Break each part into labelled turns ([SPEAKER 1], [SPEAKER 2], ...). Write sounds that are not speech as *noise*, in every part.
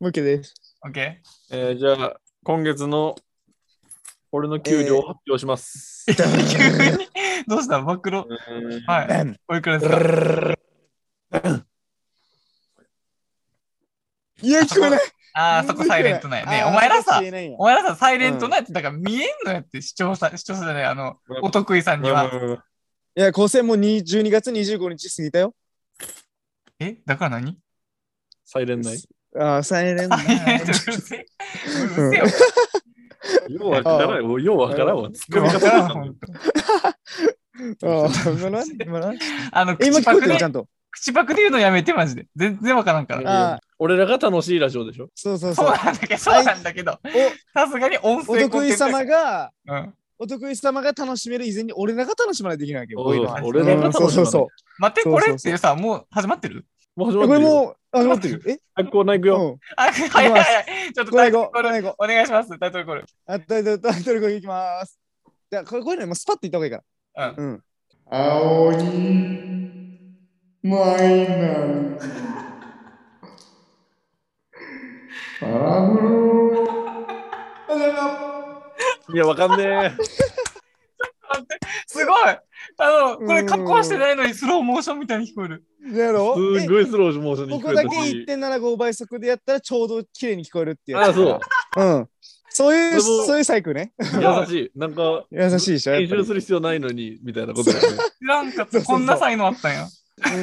[SPEAKER 1] OK です。
[SPEAKER 2] OK? *laughs*
[SPEAKER 3] えーじゃあ、今月の俺の給料を発表します。
[SPEAKER 2] 急にどうした暴露
[SPEAKER 3] えー
[SPEAKER 2] はい。おいくらですか
[SPEAKER 1] いや、聞こえない。
[SPEAKER 2] ああ、そこサイレントなんやね。
[SPEAKER 1] あー
[SPEAKER 2] お前らさ
[SPEAKER 1] 聞、いてないんや
[SPEAKER 2] お前らさ、サイレントなんやって、だから見えんのやって、視聴者、視聴者じゃない、あの、お得意さんには。
[SPEAKER 1] いや、高専もに12月25日過ぎたよ。
[SPEAKER 2] え、だから何
[SPEAKER 3] サイレンない。
[SPEAKER 1] ああ、サイレント
[SPEAKER 2] サイレ *laughs* ントうるせえ。うるせえよ。
[SPEAKER 3] ようわからんよ。ようわからんわ。ツッコミ
[SPEAKER 2] わ
[SPEAKER 3] が
[SPEAKER 2] からん
[SPEAKER 3] そ
[SPEAKER 2] ほ
[SPEAKER 3] うな
[SPEAKER 1] あ
[SPEAKER 2] と
[SPEAKER 3] んんだ
[SPEAKER 1] あ、今のは今の
[SPEAKER 2] *laughs*
[SPEAKER 1] は
[SPEAKER 2] あの、
[SPEAKER 1] え今
[SPEAKER 2] 口
[SPEAKER 1] 聞
[SPEAKER 2] パ
[SPEAKER 1] こえ
[SPEAKER 2] ク
[SPEAKER 1] てるちゃ
[SPEAKER 2] で、
[SPEAKER 1] んと。
[SPEAKER 2] 口パクで言うのやめて、マジで。全然わからんから。
[SPEAKER 1] ああ
[SPEAKER 3] 俺らが楽しいラジオでしょ。
[SPEAKER 1] そうそう
[SPEAKER 2] そう
[SPEAKER 1] そう。
[SPEAKER 2] なんだけど、そうなんだけど、さすがに音
[SPEAKER 1] おお
[SPEAKER 2] 声
[SPEAKER 1] 得
[SPEAKER 2] コンテ
[SPEAKER 1] 意
[SPEAKER 2] ンツやから
[SPEAKER 1] 様が、
[SPEAKER 2] うん。
[SPEAKER 1] お得意様が楽しめる以前に俺らが楽しまないといけないわけよ。こういうのは
[SPEAKER 2] そうそう俺らが
[SPEAKER 1] うん
[SPEAKER 3] 楽し
[SPEAKER 1] そ
[SPEAKER 3] ま
[SPEAKER 1] うそう
[SPEAKER 3] ない
[SPEAKER 1] そう。
[SPEAKER 2] 待って、こ
[SPEAKER 1] そ
[SPEAKER 2] れっ
[SPEAKER 1] うそう
[SPEAKER 2] てさ、もう始まってる
[SPEAKER 3] もう
[SPEAKER 1] え
[SPEAKER 3] 始ま
[SPEAKER 1] これ
[SPEAKER 3] ってるよ。
[SPEAKER 1] もう、あ、待
[SPEAKER 3] *laughs*
[SPEAKER 1] ってる。え
[SPEAKER 3] 早くコーナー行くよ。
[SPEAKER 1] うん。
[SPEAKER 2] あ、早い早い。ちょっと
[SPEAKER 1] こ
[SPEAKER 2] タ
[SPEAKER 1] れ
[SPEAKER 2] イト
[SPEAKER 1] ご、
[SPEAKER 2] ルコ
[SPEAKER 1] こ
[SPEAKER 2] ール
[SPEAKER 1] れご。
[SPEAKER 2] お願いします、タイトルコール。
[SPEAKER 1] あ、タイトル、タイトルこれいきます。じゃあ、これ、こういうのもうスパッといった方がいいから。
[SPEAKER 2] うん。
[SPEAKER 1] うん。
[SPEAKER 4] 青いマイナーパラフロ
[SPEAKER 3] いや、わかんね
[SPEAKER 2] 待ってすごいあの、こ
[SPEAKER 1] う
[SPEAKER 2] れ
[SPEAKER 1] ん
[SPEAKER 2] 加工してないのにスローモーションみたいに聞こえる。
[SPEAKER 1] やろ
[SPEAKER 3] え。すごいスローモーション
[SPEAKER 1] え
[SPEAKER 3] に
[SPEAKER 1] こ
[SPEAKER 3] 聞
[SPEAKER 1] こ
[SPEAKER 3] こえた
[SPEAKER 1] だ
[SPEAKER 3] し
[SPEAKER 1] け1.75倍速でやったらちょうど綺麗に聞こえるっていう。
[SPEAKER 3] ああ、そう。
[SPEAKER 1] うん。そういう、
[SPEAKER 3] でも
[SPEAKER 1] そういうサイクルね。
[SPEAKER 3] 優しい。なんか、
[SPEAKER 1] 優しいでしょ。や
[SPEAKER 3] 編
[SPEAKER 1] っぱり
[SPEAKER 3] 集する必要ないのに、みたいなこと
[SPEAKER 1] *laughs*
[SPEAKER 3] だよね。
[SPEAKER 2] なんか
[SPEAKER 1] そうそう
[SPEAKER 2] こんな才能あったんや。
[SPEAKER 1] うん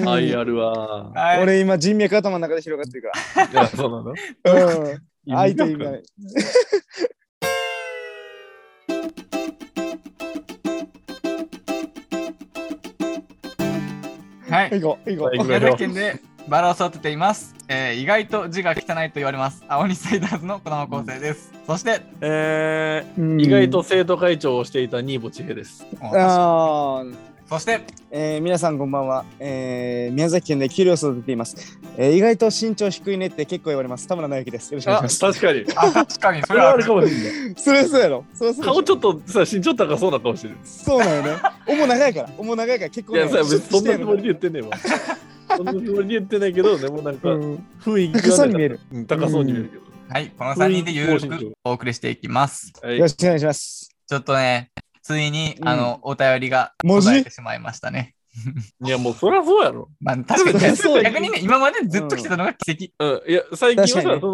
[SPEAKER 3] 愛あるわ。
[SPEAKER 2] はい、
[SPEAKER 1] 俺今人脈頭の中で広がってる
[SPEAKER 3] いや、そうなの
[SPEAKER 1] から。うん。
[SPEAKER 3] い
[SPEAKER 1] 愛
[SPEAKER 3] い
[SPEAKER 1] と
[SPEAKER 3] の
[SPEAKER 1] 意味
[SPEAKER 3] か
[SPEAKER 1] がない。
[SPEAKER 2] はい。
[SPEAKER 1] 行こう、行こ
[SPEAKER 3] は
[SPEAKER 1] う
[SPEAKER 3] い。行きましょ
[SPEAKER 2] 宮
[SPEAKER 3] う
[SPEAKER 2] 崎県でバラを育てています、えー意外と字が汚いと言われます。青西サイダーズの児玉構成です。そして、
[SPEAKER 3] えー、意外と生徒会長をしていた新保千平です。
[SPEAKER 1] あー
[SPEAKER 2] そして、
[SPEAKER 1] えー、皆さんこんばんは、えー、宮崎県で給料を育てています、えー、意外と身長低いねって結構言われます田村直之ですよろしくお願いします
[SPEAKER 3] 確かに。
[SPEAKER 2] あ、確かに、そ
[SPEAKER 3] そ
[SPEAKER 2] れは
[SPEAKER 3] れは
[SPEAKER 2] あ
[SPEAKER 3] あ
[SPEAKER 2] る
[SPEAKER 3] るかもしれない。
[SPEAKER 1] それはそうやろそれはそうでしょ
[SPEAKER 3] 顔ちょっとさ、身長高そうな顔してる。
[SPEAKER 1] そうなのねおも長いからおも長いから結
[SPEAKER 3] い
[SPEAKER 1] 構、ね、
[SPEAKER 3] や、さ別にそんなつも
[SPEAKER 1] で
[SPEAKER 3] りで言ってねえわ。 *laughs* そんなつもりで言ってないけど、でもなんか、雰囲気が、
[SPEAKER 1] 高そうに見える。
[SPEAKER 3] うん、高そうに見えるけど。
[SPEAKER 2] はい、この3人でゆるくお送りしていきます。
[SPEAKER 3] はい
[SPEAKER 1] よろしくお願いします
[SPEAKER 2] ちょっとね、ついに、
[SPEAKER 1] うん
[SPEAKER 2] あの、お便りが
[SPEAKER 1] 文字
[SPEAKER 2] 途絶えてしまいましたね。
[SPEAKER 3] いや、もうそりゃそうやろ。
[SPEAKER 2] まあ、確か
[SPEAKER 1] *laughs*
[SPEAKER 2] に、
[SPEAKER 1] そうやね
[SPEAKER 2] 逆にね、今までずっと来てたのが奇跡。
[SPEAKER 3] うん、いや、最近はさ、
[SPEAKER 1] 確かにね
[SPEAKER 3] そ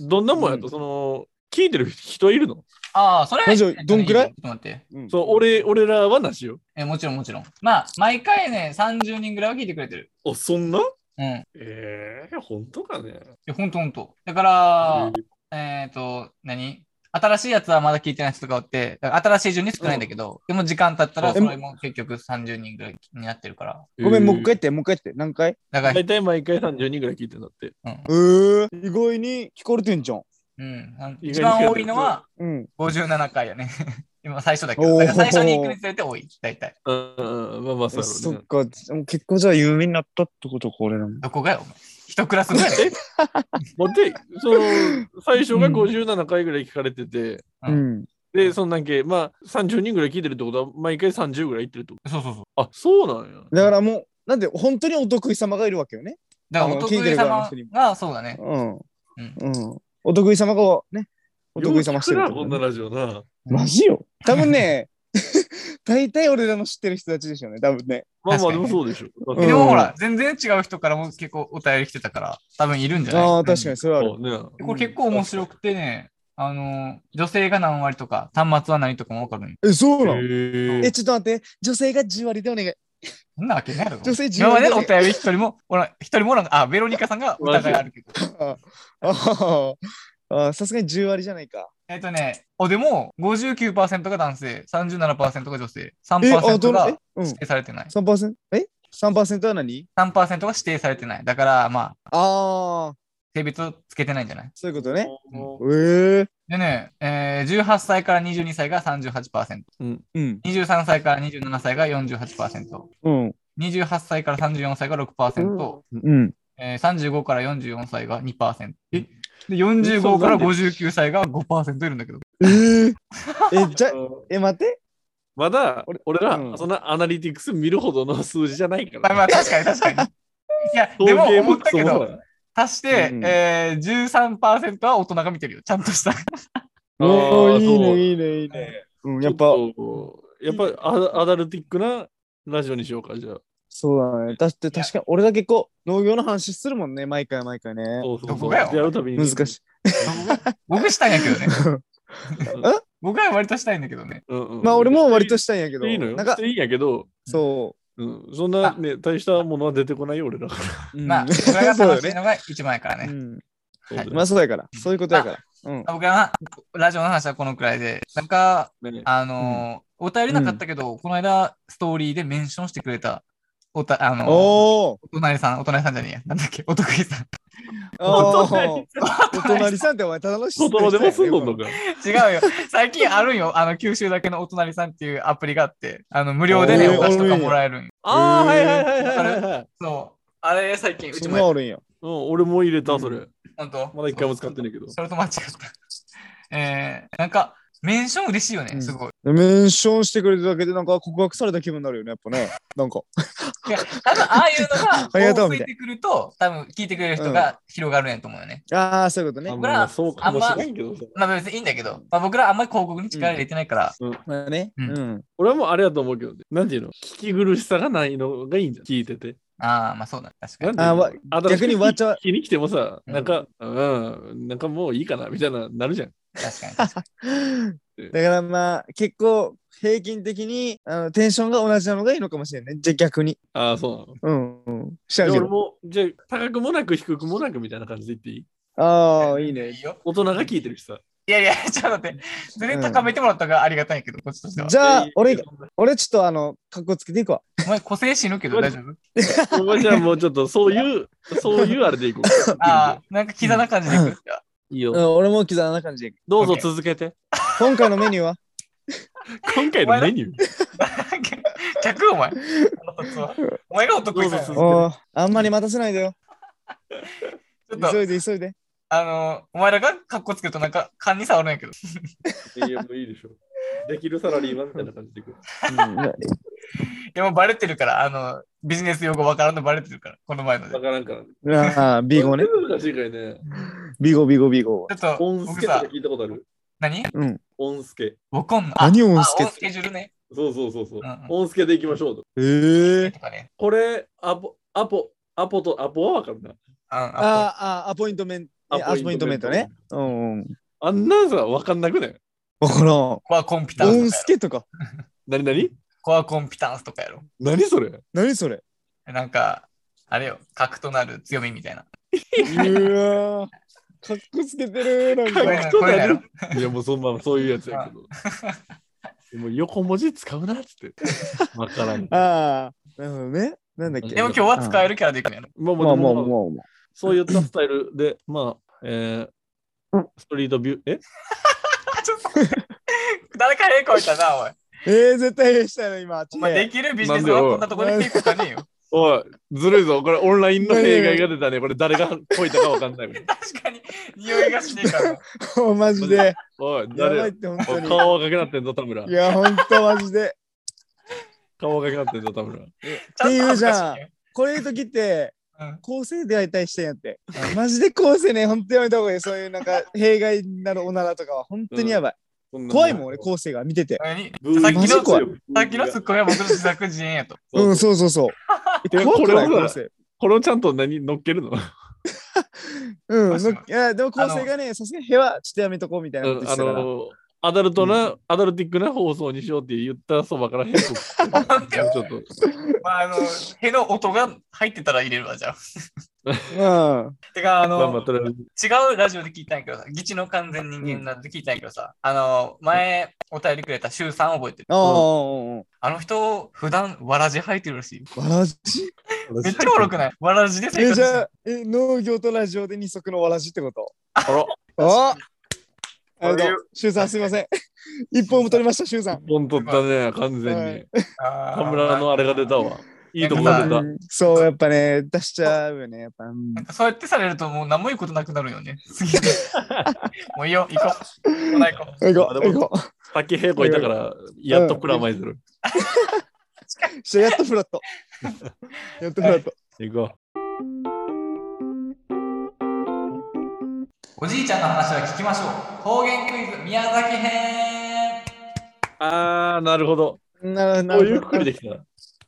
[SPEAKER 3] の、どんなもんやと、その、聞いてる人いるの
[SPEAKER 2] ああ、それは
[SPEAKER 1] 文字どんくらい
[SPEAKER 2] ちょっと待って。
[SPEAKER 1] うん
[SPEAKER 3] そう、俺、俺らはなしよ。
[SPEAKER 2] え、もちろんもちろん。まあ、毎回ね、30人ぐらいは聞いてくれてる。
[SPEAKER 3] あ、そんな
[SPEAKER 2] うん。
[SPEAKER 3] ええー、本当かね。
[SPEAKER 2] え、ほんとほんと。だから、えっ、と、何新しいやつはまだ聞いてない人とかおって、だから新しい順に少ないんだけど、でも時間経ったら、
[SPEAKER 3] うん
[SPEAKER 2] それも結局30人ぐらいになってるから。
[SPEAKER 1] ごめんもう一回言
[SPEAKER 3] え
[SPEAKER 1] ってもう一回言って何回
[SPEAKER 2] だ
[SPEAKER 3] ー。
[SPEAKER 2] か
[SPEAKER 3] 大体毎回32人ぐらい聞いてんだって。
[SPEAKER 2] ら、
[SPEAKER 1] えー、意外に聞こえてんじゃん
[SPEAKER 2] うん。うんあの。
[SPEAKER 3] 意外に
[SPEAKER 2] 一番多いのは
[SPEAKER 1] うん
[SPEAKER 2] 57回やね。 *laughs* 今最初だけ
[SPEAKER 1] おー
[SPEAKER 2] ど。だから最初に行くにつれて多い、大体。
[SPEAKER 3] うんうんうん、まあまあ、そうやろ
[SPEAKER 1] そうっ
[SPEAKER 3] ね。
[SPEAKER 1] かもう結構じゃあ有名になったってことか俺らも
[SPEAKER 2] どこがよ、お前。一クラスぐらい。
[SPEAKER 3] 待って、その、最初が57回ぐらい聞かれてて、
[SPEAKER 2] う
[SPEAKER 1] うん
[SPEAKER 3] で、そんなんけ、まあ、30人ぐらい聞いてるってことは、毎回30ぐらい言ってるってこ
[SPEAKER 2] そうそうそう。
[SPEAKER 3] と。あ、そうなんや。
[SPEAKER 1] だからもうなんで本当にお得意様がいるわけよね
[SPEAKER 2] だから、お
[SPEAKER 1] あの聞い
[SPEAKER 2] 得
[SPEAKER 1] て
[SPEAKER 2] 意
[SPEAKER 1] る側の
[SPEAKER 2] 様
[SPEAKER 1] 人にも
[SPEAKER 2] が、そうだね。
[SPEAKER 1] うんうん
[SPEAKER 2] うん
[SPEAKER 1] お得意様がねお得意様してる
[SPEAKER 3] よ
[SPEAKER 1] っ
[SPEAKER 3] う
[SPEAKER 1] てこ
[SPEAKER 3] 聞くなことん
[SPEAKER 1] ね
[SPEAKER 3] なラジオな。
[SPEAKER 1] マジよ。多分ね、 *laughs* 大体俺らの知ってる人たちでしょうね、多分ね。
[SPEAKER 3] まあ
[SPEAKER 2] 確
[SPEAKER 3] まあ、
[SPEAKER 2] か
[SPEAKER 3] で
[SPEAKER 2] に
[SPEAKER 3] もそうでしょ。
[SPEAKER 1] う
[SPEAKER 2] で
[SPEAKER 1] ん
[SPEAKER 2] もほら、全然違う人からも結構お便り来てたから、多分いるんじゃない
[SPEAKER 1] ああ、確か
[SPEAKER 2] に。
[SPEAKER 1] にそれはある。
[SPEAKER 3] そうね。
[SPEAKER 2] これ結構面白くてね、あの、女性が何割とか、端末は何とかもわかるんよ
[SPEAKER 1] え、そうなの
[SPEAKER 3] へー
[SPEAKER 1] え、ちょっと待って、女性が10割でお願い。
[SPEAKER 2] そんなわけないだろ。
[SPEAKER 1] 女性10
[SPEAKER 2] 今ま
[SPEAKER 1] 割
[SPEAKER 2] で
[SPEAKER 1] で
[SPEAKER 2] の
[SPEAKER 1] お
[SPEAKER 2] お
[SPEAKER 1] 願い。
[SPEAKER 2] 便り一人も、ほら、一人もおらん、あ、ベロニカさんが疑いあるけど。
[SPEAKER 1] あーあー、さすがに10割じゃないか。
[SPEAKER 2] えっとね、おでも59%が男性、37%が女性、
[SPEAKER 1] え、あ、
[SPEAKER 2] 3%
[SPEAKER 1] どの
[SPEAKER 2] が
[SPEAKER 1] え、うん
[SPEAKER 2] 指。定されてない。
[SPEAKER 1] 3%? え ?3% は何
[SPEAKER 2] 3%が指定されてない。だから、まあ、
[SPEAKER 1] ああ、
[SPEAKER 2] 性別をつけてないんじゃない
[SPEAKER 1] そういうことね。
[SPEAKER 3] も
[SPEAKER 1] ええ。
[SPEAKER 2] でね、えー、18歳から22歳が38%。
[SPEAKER 1] うん。
[SPEAKER 2] 23歳から27歳が48%、
[SPEAKER 1] うん。
[SPEAKER 2] 28歳から34歳が6%、
[SPEAKER 1] うん。
[SPEAKER 2] えー、35から44歳が2%、えで45から59歳が5%いるんだけど、
[SPEAKER 1] え *laughs* ー、え、じゃ
[SPEAKER 3] う、うん
[SPEAKER 1] え、待って。
[SPEAKER 3] まだ
[SPEAKER 1] 俺、
[SPEAKER 3] 俺ら
[SPEAKER 1] う、ん
[SPEAKER 3] そんなアナリティクス見るほどの数字じゃないか
[SPEAKER 2] まあ
[SPEAKER 3] ら。
[SPEAKER 2] まあ確かに確かに。いや、
[SPEAKER 3] 統
[SPEAKER 2] でも
[SPEAKER 3] 計
[SPEAKER 2] 思ったけ
[SPEAKER 3] もそう
[SPEAKER 2] ど
[SPEAKER 3] だ、
[SPEAKER 2] 足して、
[SPEAKER 1] うん
[SPEAKER 2] えー、13%は大人が見てるよ。ちゃんとした。
[SPEAKER 3] あー
[SPEAKER 1] おーいい
[SPEAKER 3] そう
[SPEAKER 1] ね、いいね、いいね。うん、やっぱ、
[SPEAKER 3] やっぱアアダルティックなラジオにしようか、じゃあ。
[SPEAKER 1] そうだね。だって確かに、俺だけこう、農業の話するもんね、毎回毎回ね。
[SPEAKER 3] そうそう
[SPEAKER 2] ど
[SPEAKER 3] そ
[SPEAKER 2] こ
[SPEAKER 3] う。
[SPEAKER 2] がよ
[SPEAKER 3] やるたびに。
[SPEAKER 1] 難
[SPEAKER 3] い。
[SPEAKER 1] し
[SPEAKER 2] 僕したいんやけどね。
[SPEAKER 1] *laughs* い。
[SPEAKER 3] ん
[SPEAKER 1] え
[SPEAKER 2] 僕は割としたいんだけどね。
[SPEAKER 3] うんうん
[SPEAKER 1] まあ、俺も割としたいんやけど、
[SPEAKER 3] いいのよ
[SPEAKER 1] なんか。、
[SPEAKER 3] いいんやけど、
[SPEAKER 1] そ
[SPEAKER 3] うん、そんなね、大したものは出てこないよ、俺らから。
[SPEAKER 1] う。*laughs*
[SPEAKER 2] まあ、
[SPEAKER 1] うん
[SPEAKER 2] 僕らが
[SPEAKER 1] そうだよ
[SPEAKER 2] 楽しい
[SPEAKER 1] ね。
[SPEAKER 2] のが一番やからね。
[SPEAKER 1] うん
[SPEAKER 3] そうだよ
[SPEAKER 1] まあ、そうやから。そういうことやから。うん。
[SPEAKER 2] 僕らのラジオの話はこのくらいで、なんか、
[SPEAKER 3] ね
[SPEAKER 2] あのーお便りなかったけど、この間、ストーリーでメンションしてくれた、おた、あのーお
[SPEAKER 1] おお
[SPEAKER 2] 隣さん、お隣さんじゃねえや。なんだっけ、お得意さん。
[SPEAKER 1] お
[SPEAKER 3] 隣
[SPEAKER 1] *laughs* 隣さんってお前楽しい
[SPEAKER 3] トトロでもすんのとか。
[SPEAKER 2] 違うよ。最近あるんよ。あの、九州だけのお隣さんっていうアプリがあって、あの、無料でね、
[SPEAKER 3] おー
[SPEAKER 2] お菓子とかもらえるんよ。
[SPEAKER 3] ああ、
[SPEAKER 1] へー
[SPEAKER 3] はいはいはいはいはいはい。
[SPEAKER 2] そう。あれ、最近、うち
[SPEAKER 1] そん
[SPEAKER 2] も
[SPEAKER 1] な
[SPEAKER 2] や
[SPEAKER 1] お
[SPEAKER 2] っ
[SPEAKER 1] るんよ。
[SPEAKER 3] うん、俺も入れた、それ。
[SPEAKER 2] 本当
[SPEAKER 3] まだ一回も使ってないけど。
[SPEAKER 2] それと間違った。 *laughs* えー、なんか、メンション嬉しいよ
[SPEAKER 1] う
[SPEAKER 2] ね、
[SPEAKER 1] ん
[SPEAKER 2] すごい。
[SPEAKER 1] メンションしてくれただけで、なんか告白された気分になるよね、やっぱね。なんか。
[SPEAKER 2] いや、多分ああいうの
[SPEAKER 1] ありがと
[SPEAKER 2] が、
[SPEAKER 1] う
[SPEAKER 2] つ
[SPEAKER 1] み
[SPEAKER 2] い
[SPEAKER 1] たい
[SPEAKER 2] てくると、多分聞いてくれる人が広がるんやと思うよね。
[SPEAKER 1] ああ、そういうことね。
[SPEAKER 2] ん
[SPEAKER 3] まあそうかもしれんけどさ。
[SPEAKER 2] まあ別にいいんだけど、まあ、僕らあんまり広告に力入れてないから、
[SPEAKER 1] まあね。
[SPEAKER 2] う
[SPEAKER 1] うんん。
[SPEAKER 3] 俺はもうあれだと思うけどね。なんていうの聞き苦しさがないのがいいんじゃん。聞いてて。
[SPEAKER 2] ああ、まあそうだ、確かに
[SPEAKER 3] なん。ていうの
[SPEAKER 1] あわ逆にわちゃわ
[SPEAKER 3] 聞きに来てもさ、
[SPEAKER 2] うん
[SPEAKER 3] なんか、うん、なんかもういいかな、みたいな、なるじゃん。
[SPEAKER 2] 確かに確か
[SPEAKER 1] だからまあ、結構平均的にあのテンションが同じなのがいいのかもしれないね。じゃあ逆に。
[SPEAKER 3] ああ、そうなの。
[SPEAKER 1] うん、うん。しちゃ
[SPEAKER 3] で
[SPEAKER 1] うけ
[SPEAKER 3] 俺
[SPEAKER 1] ど。
[SPEAKER 3] も、じゃあ、高くもなく低くもなくみたいな感じで言っていい
[SPEAKER 1] ああ、
[SPEAKER 2] に。
[SPEAKER 1] いい
[SPEAKER 2] い
[SPEAKER 1] ね。
[SPEAKER 2] いよ。
[SPEAKER 3] 大人が聞いてるしさ。
[SPEAKER 2] いやい *laughs* や、ちょっと待って。それ高めてもらったからありがたいけど、こっちとしては。
[SPEAKER 1] じゃあ
[SPEAKER 3] いや、い
[SPEAKER 1] 俺
[SPEAKER 3] や、
[SPEAKER 1] 俺ちょっとあの、格好つけていくわ。
[SPEAKER 2] お前個性死ぬけど大丈夫
[SPEAKER 3] お前じゃあもうちょっとそういう、そういうあれでいこう。
[SPEAKER 2] ああ、なんか刻な感じでいく。じゃあ
[SPEAKER 3] いいうよ。
[SPEAKER 1] ん、俺も刻んだ感じでいく。
[SPEAKER 3] どうぞ続けて。
[SPEAKER 1] 今回のメニューは
[SPEAKER 3] 今回のメニュー。
[SPEAKER 2] *laughs* 逆お前。お前がお得意さんや
[SPEAKER 3] そう
[SPEAKER 2] ろ
[SPEAKER 3] そう
[SPEAKER 1] おーあんまり待たせないでよ。
[SPEAKER 2] ちょっと
[SPEAKER 1] 急、いで急い *laughs* で。
[SPEAKER 2] あの、お前らが格好つけるとなんか勘に触るんやけど。 *laughs*
[SPEAKER 3] いや、もういいでしょ。できるサラリーマンみたいな感じでいこう。
[SPEAKER 2] いや、もうバレてるから、あの、ビジネス用語わからんのバレてるから、この前ので。ち
[SPEAKER 3] わからんから。
[SPEAKER 1] うん、ああ、ビーゴね。
[SPEAKER 3] 難しいからね。
[SPEAKER 1] ビーゴ、ビーゴ、ビーゴ。
[SPEAKER 2] ょっと、
[SPEAKER 3] 音ス
[SPEAKER 2] 僕
[SPEAKER 3] ケとか
[SPEAKER 2] さ、
[SPEAKER 3] 聞いたことある
[SPEAKER 2] 何
[SPEAKER 1] うん。
[SPEAKER 3] 音スケ。
[SPEAKER 2] わかんない。
[SPEAKER 1] 何を
[SPEAKER 2] あ
[SPEAKER 1] 押す
[SPEAKER 2] あ
[SPEAKER 1] け
[SPEAKER 2] 音スケジュールね。
[SPEAKER 3] そうそうそうそう
[SPEAKER 2] うんうん。
[SPEAKER 3] 音スケでいきましょうと。
[SPEAKER 1] えー、
[SPEAKER 2] とかね。
[SPEAKER 3] これ、アポ、アポ、アポと、アポはわかるな。
[SPEAKER 2] うん、
[SPEAKER 1] あ
[SPEAKER 2] あ
[SPEAKER 1] ーあー、アポイントメント。
[SPEAKER 3] ア
[SPEAKER 1] ア
[SPEAKER 3] ポ
[SPEAKER 1] ポ
[SPEAKER 3] イ
[SPEAKER 1] イ
[SPEAKER 3] ン
[SPEAKER 1] ント
[SPEAKER 3] トメ
[SPEAKER 1] メ
[SPEAKER 3] ン
[SPEAKER 1] ン
[SPEAKER 3] ト
[SPEAKER 1] トね。うんうん。
[SPEAKER 3] あんなんさ、わかんなくない
[SPEAKER 1] わからん。
[SPEAKER 2] コアコンピタン
[SPEAKER 1] オ
[SPEAKER 2] スと
[SPEAKER 1] ン
[SPEAKER 2] かや
[SPEAKER 1] ス
[SPEAKER 2] ろ。
[SPEAKER 1] ケとか。
[SPEAKER 3] なになに
[SPEAKER 2] コアコンピタンスとかやろ。
[SPEAKER 3] なにそれ
[SPEAKER 1] 何それ
[SPEAKER 2] なんか、あれよ、核となる強みみたい
[SPEAKER 1] う
[SPEAKER 2] な。
[SPEAKER 1] わー。かっこつけてるなん
[SPEAKER 2] こ
[SPEAKER 1] か
[SPEAKER 2] れ。
[SPEAKER 3] 核となる
[SPEAKER 2] これやろ
[SPEAKER 3] いや、もうそんな、そういうや
[SPEAKER 1] *laughs*
[SPEAKER 3] つやけど。もう横文字使うなっつって。わからん。
[SPEAKER 1] ああ、なるほどね。なんだっけ。
[SPEAKER 2] でも今日は使えるキャラでいくんやろ。
[SPEAKER 3] まあ
[SPEAKER 1] ま
[SPEAKER 3] ま
[SPEAKER 1] あま
[SPEAKER 3] あ、ま
[SPEAKER 1] あ
[SPEAKER 3] あ
[SPEAKER 1] まあ
[SPEAKER 3] まあ、
[SPEAKER 1] まあ。
[SPEAKER 3] そういったスタイルで、まあ、えー、ストリートビュー、え
[SPEAKER 2] あちょっと、誰か変更したな、おい。
[SPEAKER 1] ええ、絶対でしたよ、今。
[SPEAKER 2] お前できるビジネスはこんなとこで結構かねえよ。
[SPEAKER 3] おい、ずるいぞ。これオンラインの弊害が出たね。これ誰が解いたかわかんない。
[SPEAKER 2] 確かに、匂いがしねえから。
[SPEAKER 1] おマジで。や
[SPEAKER 3] おい、
[SPEAKER 1] ばいっ
[SPEAKER 3] 誰
[SPEAKER 1] て、本
[SPEAKER 3] お
[SPEAKER 1] 当
[SPEAKER 3] い
[SPEAKER 1] に。
[SPEAKER 3] 顔赤くなってんぞ、田村
[SPEAKER 1] い。や、本当マジで。
[SPEAKER 3] 顔赤くなってんぞ、田村。
[SPEAKER 2] ちゃんと恥ずかしいね
[SPEAKER 1] こういう時って、
[SPEAKER 2] うん
[SPEAKER 1] 構成で会いたい人やって。マジで構成ね、本当やめた方がいい。そういうなんか、弊害になるおならとかは、本当にやばい。怖いもん、俺、構成が見てて。、
[SPEAKER 2] 何
[SPEAKER 3] ブー
[SPEAKER 2] さっきの
[SPEAKER 3] マジ怖い
[SPEAKER 2] さっきのツッコミは僕の自作自演やと。
[SPEAKER 3] そううん
[SPEAKER 1] そうそうそう。
[SPEAKER 3] いや
[SPEAKER 1] 怖
[SPEAKER 3] こ
[SPEAKER 1] く
[SPEAKER 3] れ
[SPEAKER 1] ない
[SPEAKER 3] は
[SPEAKER 1] 構
[SPEAKER 3] さ
[SPEAKER 1] 成。
[SPEAKER 3] これをちゃんと何乗っけるの
[SPEAKER 1] うん、
[SPEAKER 2] 確
[SPEAKER 1] の
[SPEAKER 2] か
[SPEAKER 1] い
[SPEAKER 2] に
[SPEAKER 1] や、でも構成がね、さすがに部はちょっとやめとこうみたいなことして
[SPEAKER 3] あ
[SPEAKER 1] たから。
[SPEAKER 3] の、アダルトな、アダルティックな放送にしようって言ったそばから変
[SPEAKER 1] *laughs*
[SPEAKER 3] 更してたちょっと。
[SPEAKER 2] まあ、あの、への音が入ってたら入れるわ、じゃあ。
[SPEAKER 1] うん。
[SPEAKER 2] てか、あの、
[SPEAKER 3] まあまあ、とりあえず
[SPEAKER 2] 違うラジオで聞いたんやけどさ、ギチの完全人間なんて聞いたんやけどさ、あの、前お便りくれた周さん覚えてる。
[SPEAKER 1] ああ、
[SPEAKER 2] あの人、普段わらじ履いてるらしい。
[SPEAKER 1] わらじ
[SPEAKER 2] めっちゃおもろくないわらじで生
[SPEAKER 1] え、
[SPEAKER 2] 活
[SPEAKER 1] じ
[SPEAKER 2] してる
[SPEAKER 1] ゃあ、え、農業とラジオで二足のわらじってこと
[SPEAKER 3] あら、
[SPEAKER 1] あ
[SPEAKER 2] あ
[SPEAKER 1] あ
[SPEAKER 2] りがとう
[SPEAKER 1] りがとう。シュウさんすいません。 *laughs* 一本も取りました、シュウさん。
[SPEAKER 3] 本当だね、完
[SPEAKER 1] は
[SPEAKER 3] 全に
[SPEAKER 1] い。
[SPEAKER 2] あー
[SPEAKER 3] 田村のあれが出たわ。いいとこ
[SPEAKER 2] な
[SPEAKER 3] が
[SPEAKER 2] ん
[SPEAKER 3] 出
[SPEAKER 2] か
[SPEAKER 3] た
[SPEAKER 1] う。んそう、やっぱね、出しちゃうよね。やっぱ、うん
[SPEAKER 2] なんかそうやってされるともう何も言うことなくなるよね。次
[SPEAKER 3] *laughs*
[SPEAKER 2] もういいよ、行こう。来ない行こう。
[SPEAKER 1] 行こう、
[SPEAKER 3] でも
[SPEAKER 1] 行こう。
[SPEAKER 3] さっき平行いたから、やっとプラマイする。
[SPEAKER 1] じゃあやっ
[SPEAKER 3] *laughs*
[SPEAKER 1] とフラット。やっとフラット。
[SPEAKER 3] 行こう。
[SPEAKER 2] おじいちゃんの話は聞きましょう。方言クイズ宮崎編。
[SPEAKER 3] あー、なるほど。
[SPEAKER 1] なる
[SPEAKER 3] も
[SPEAKER 1] ほ
[SPEAKER 3] う
[SPEAKER 1] ど。
[SPEAKER 3] ゆっくりできたな。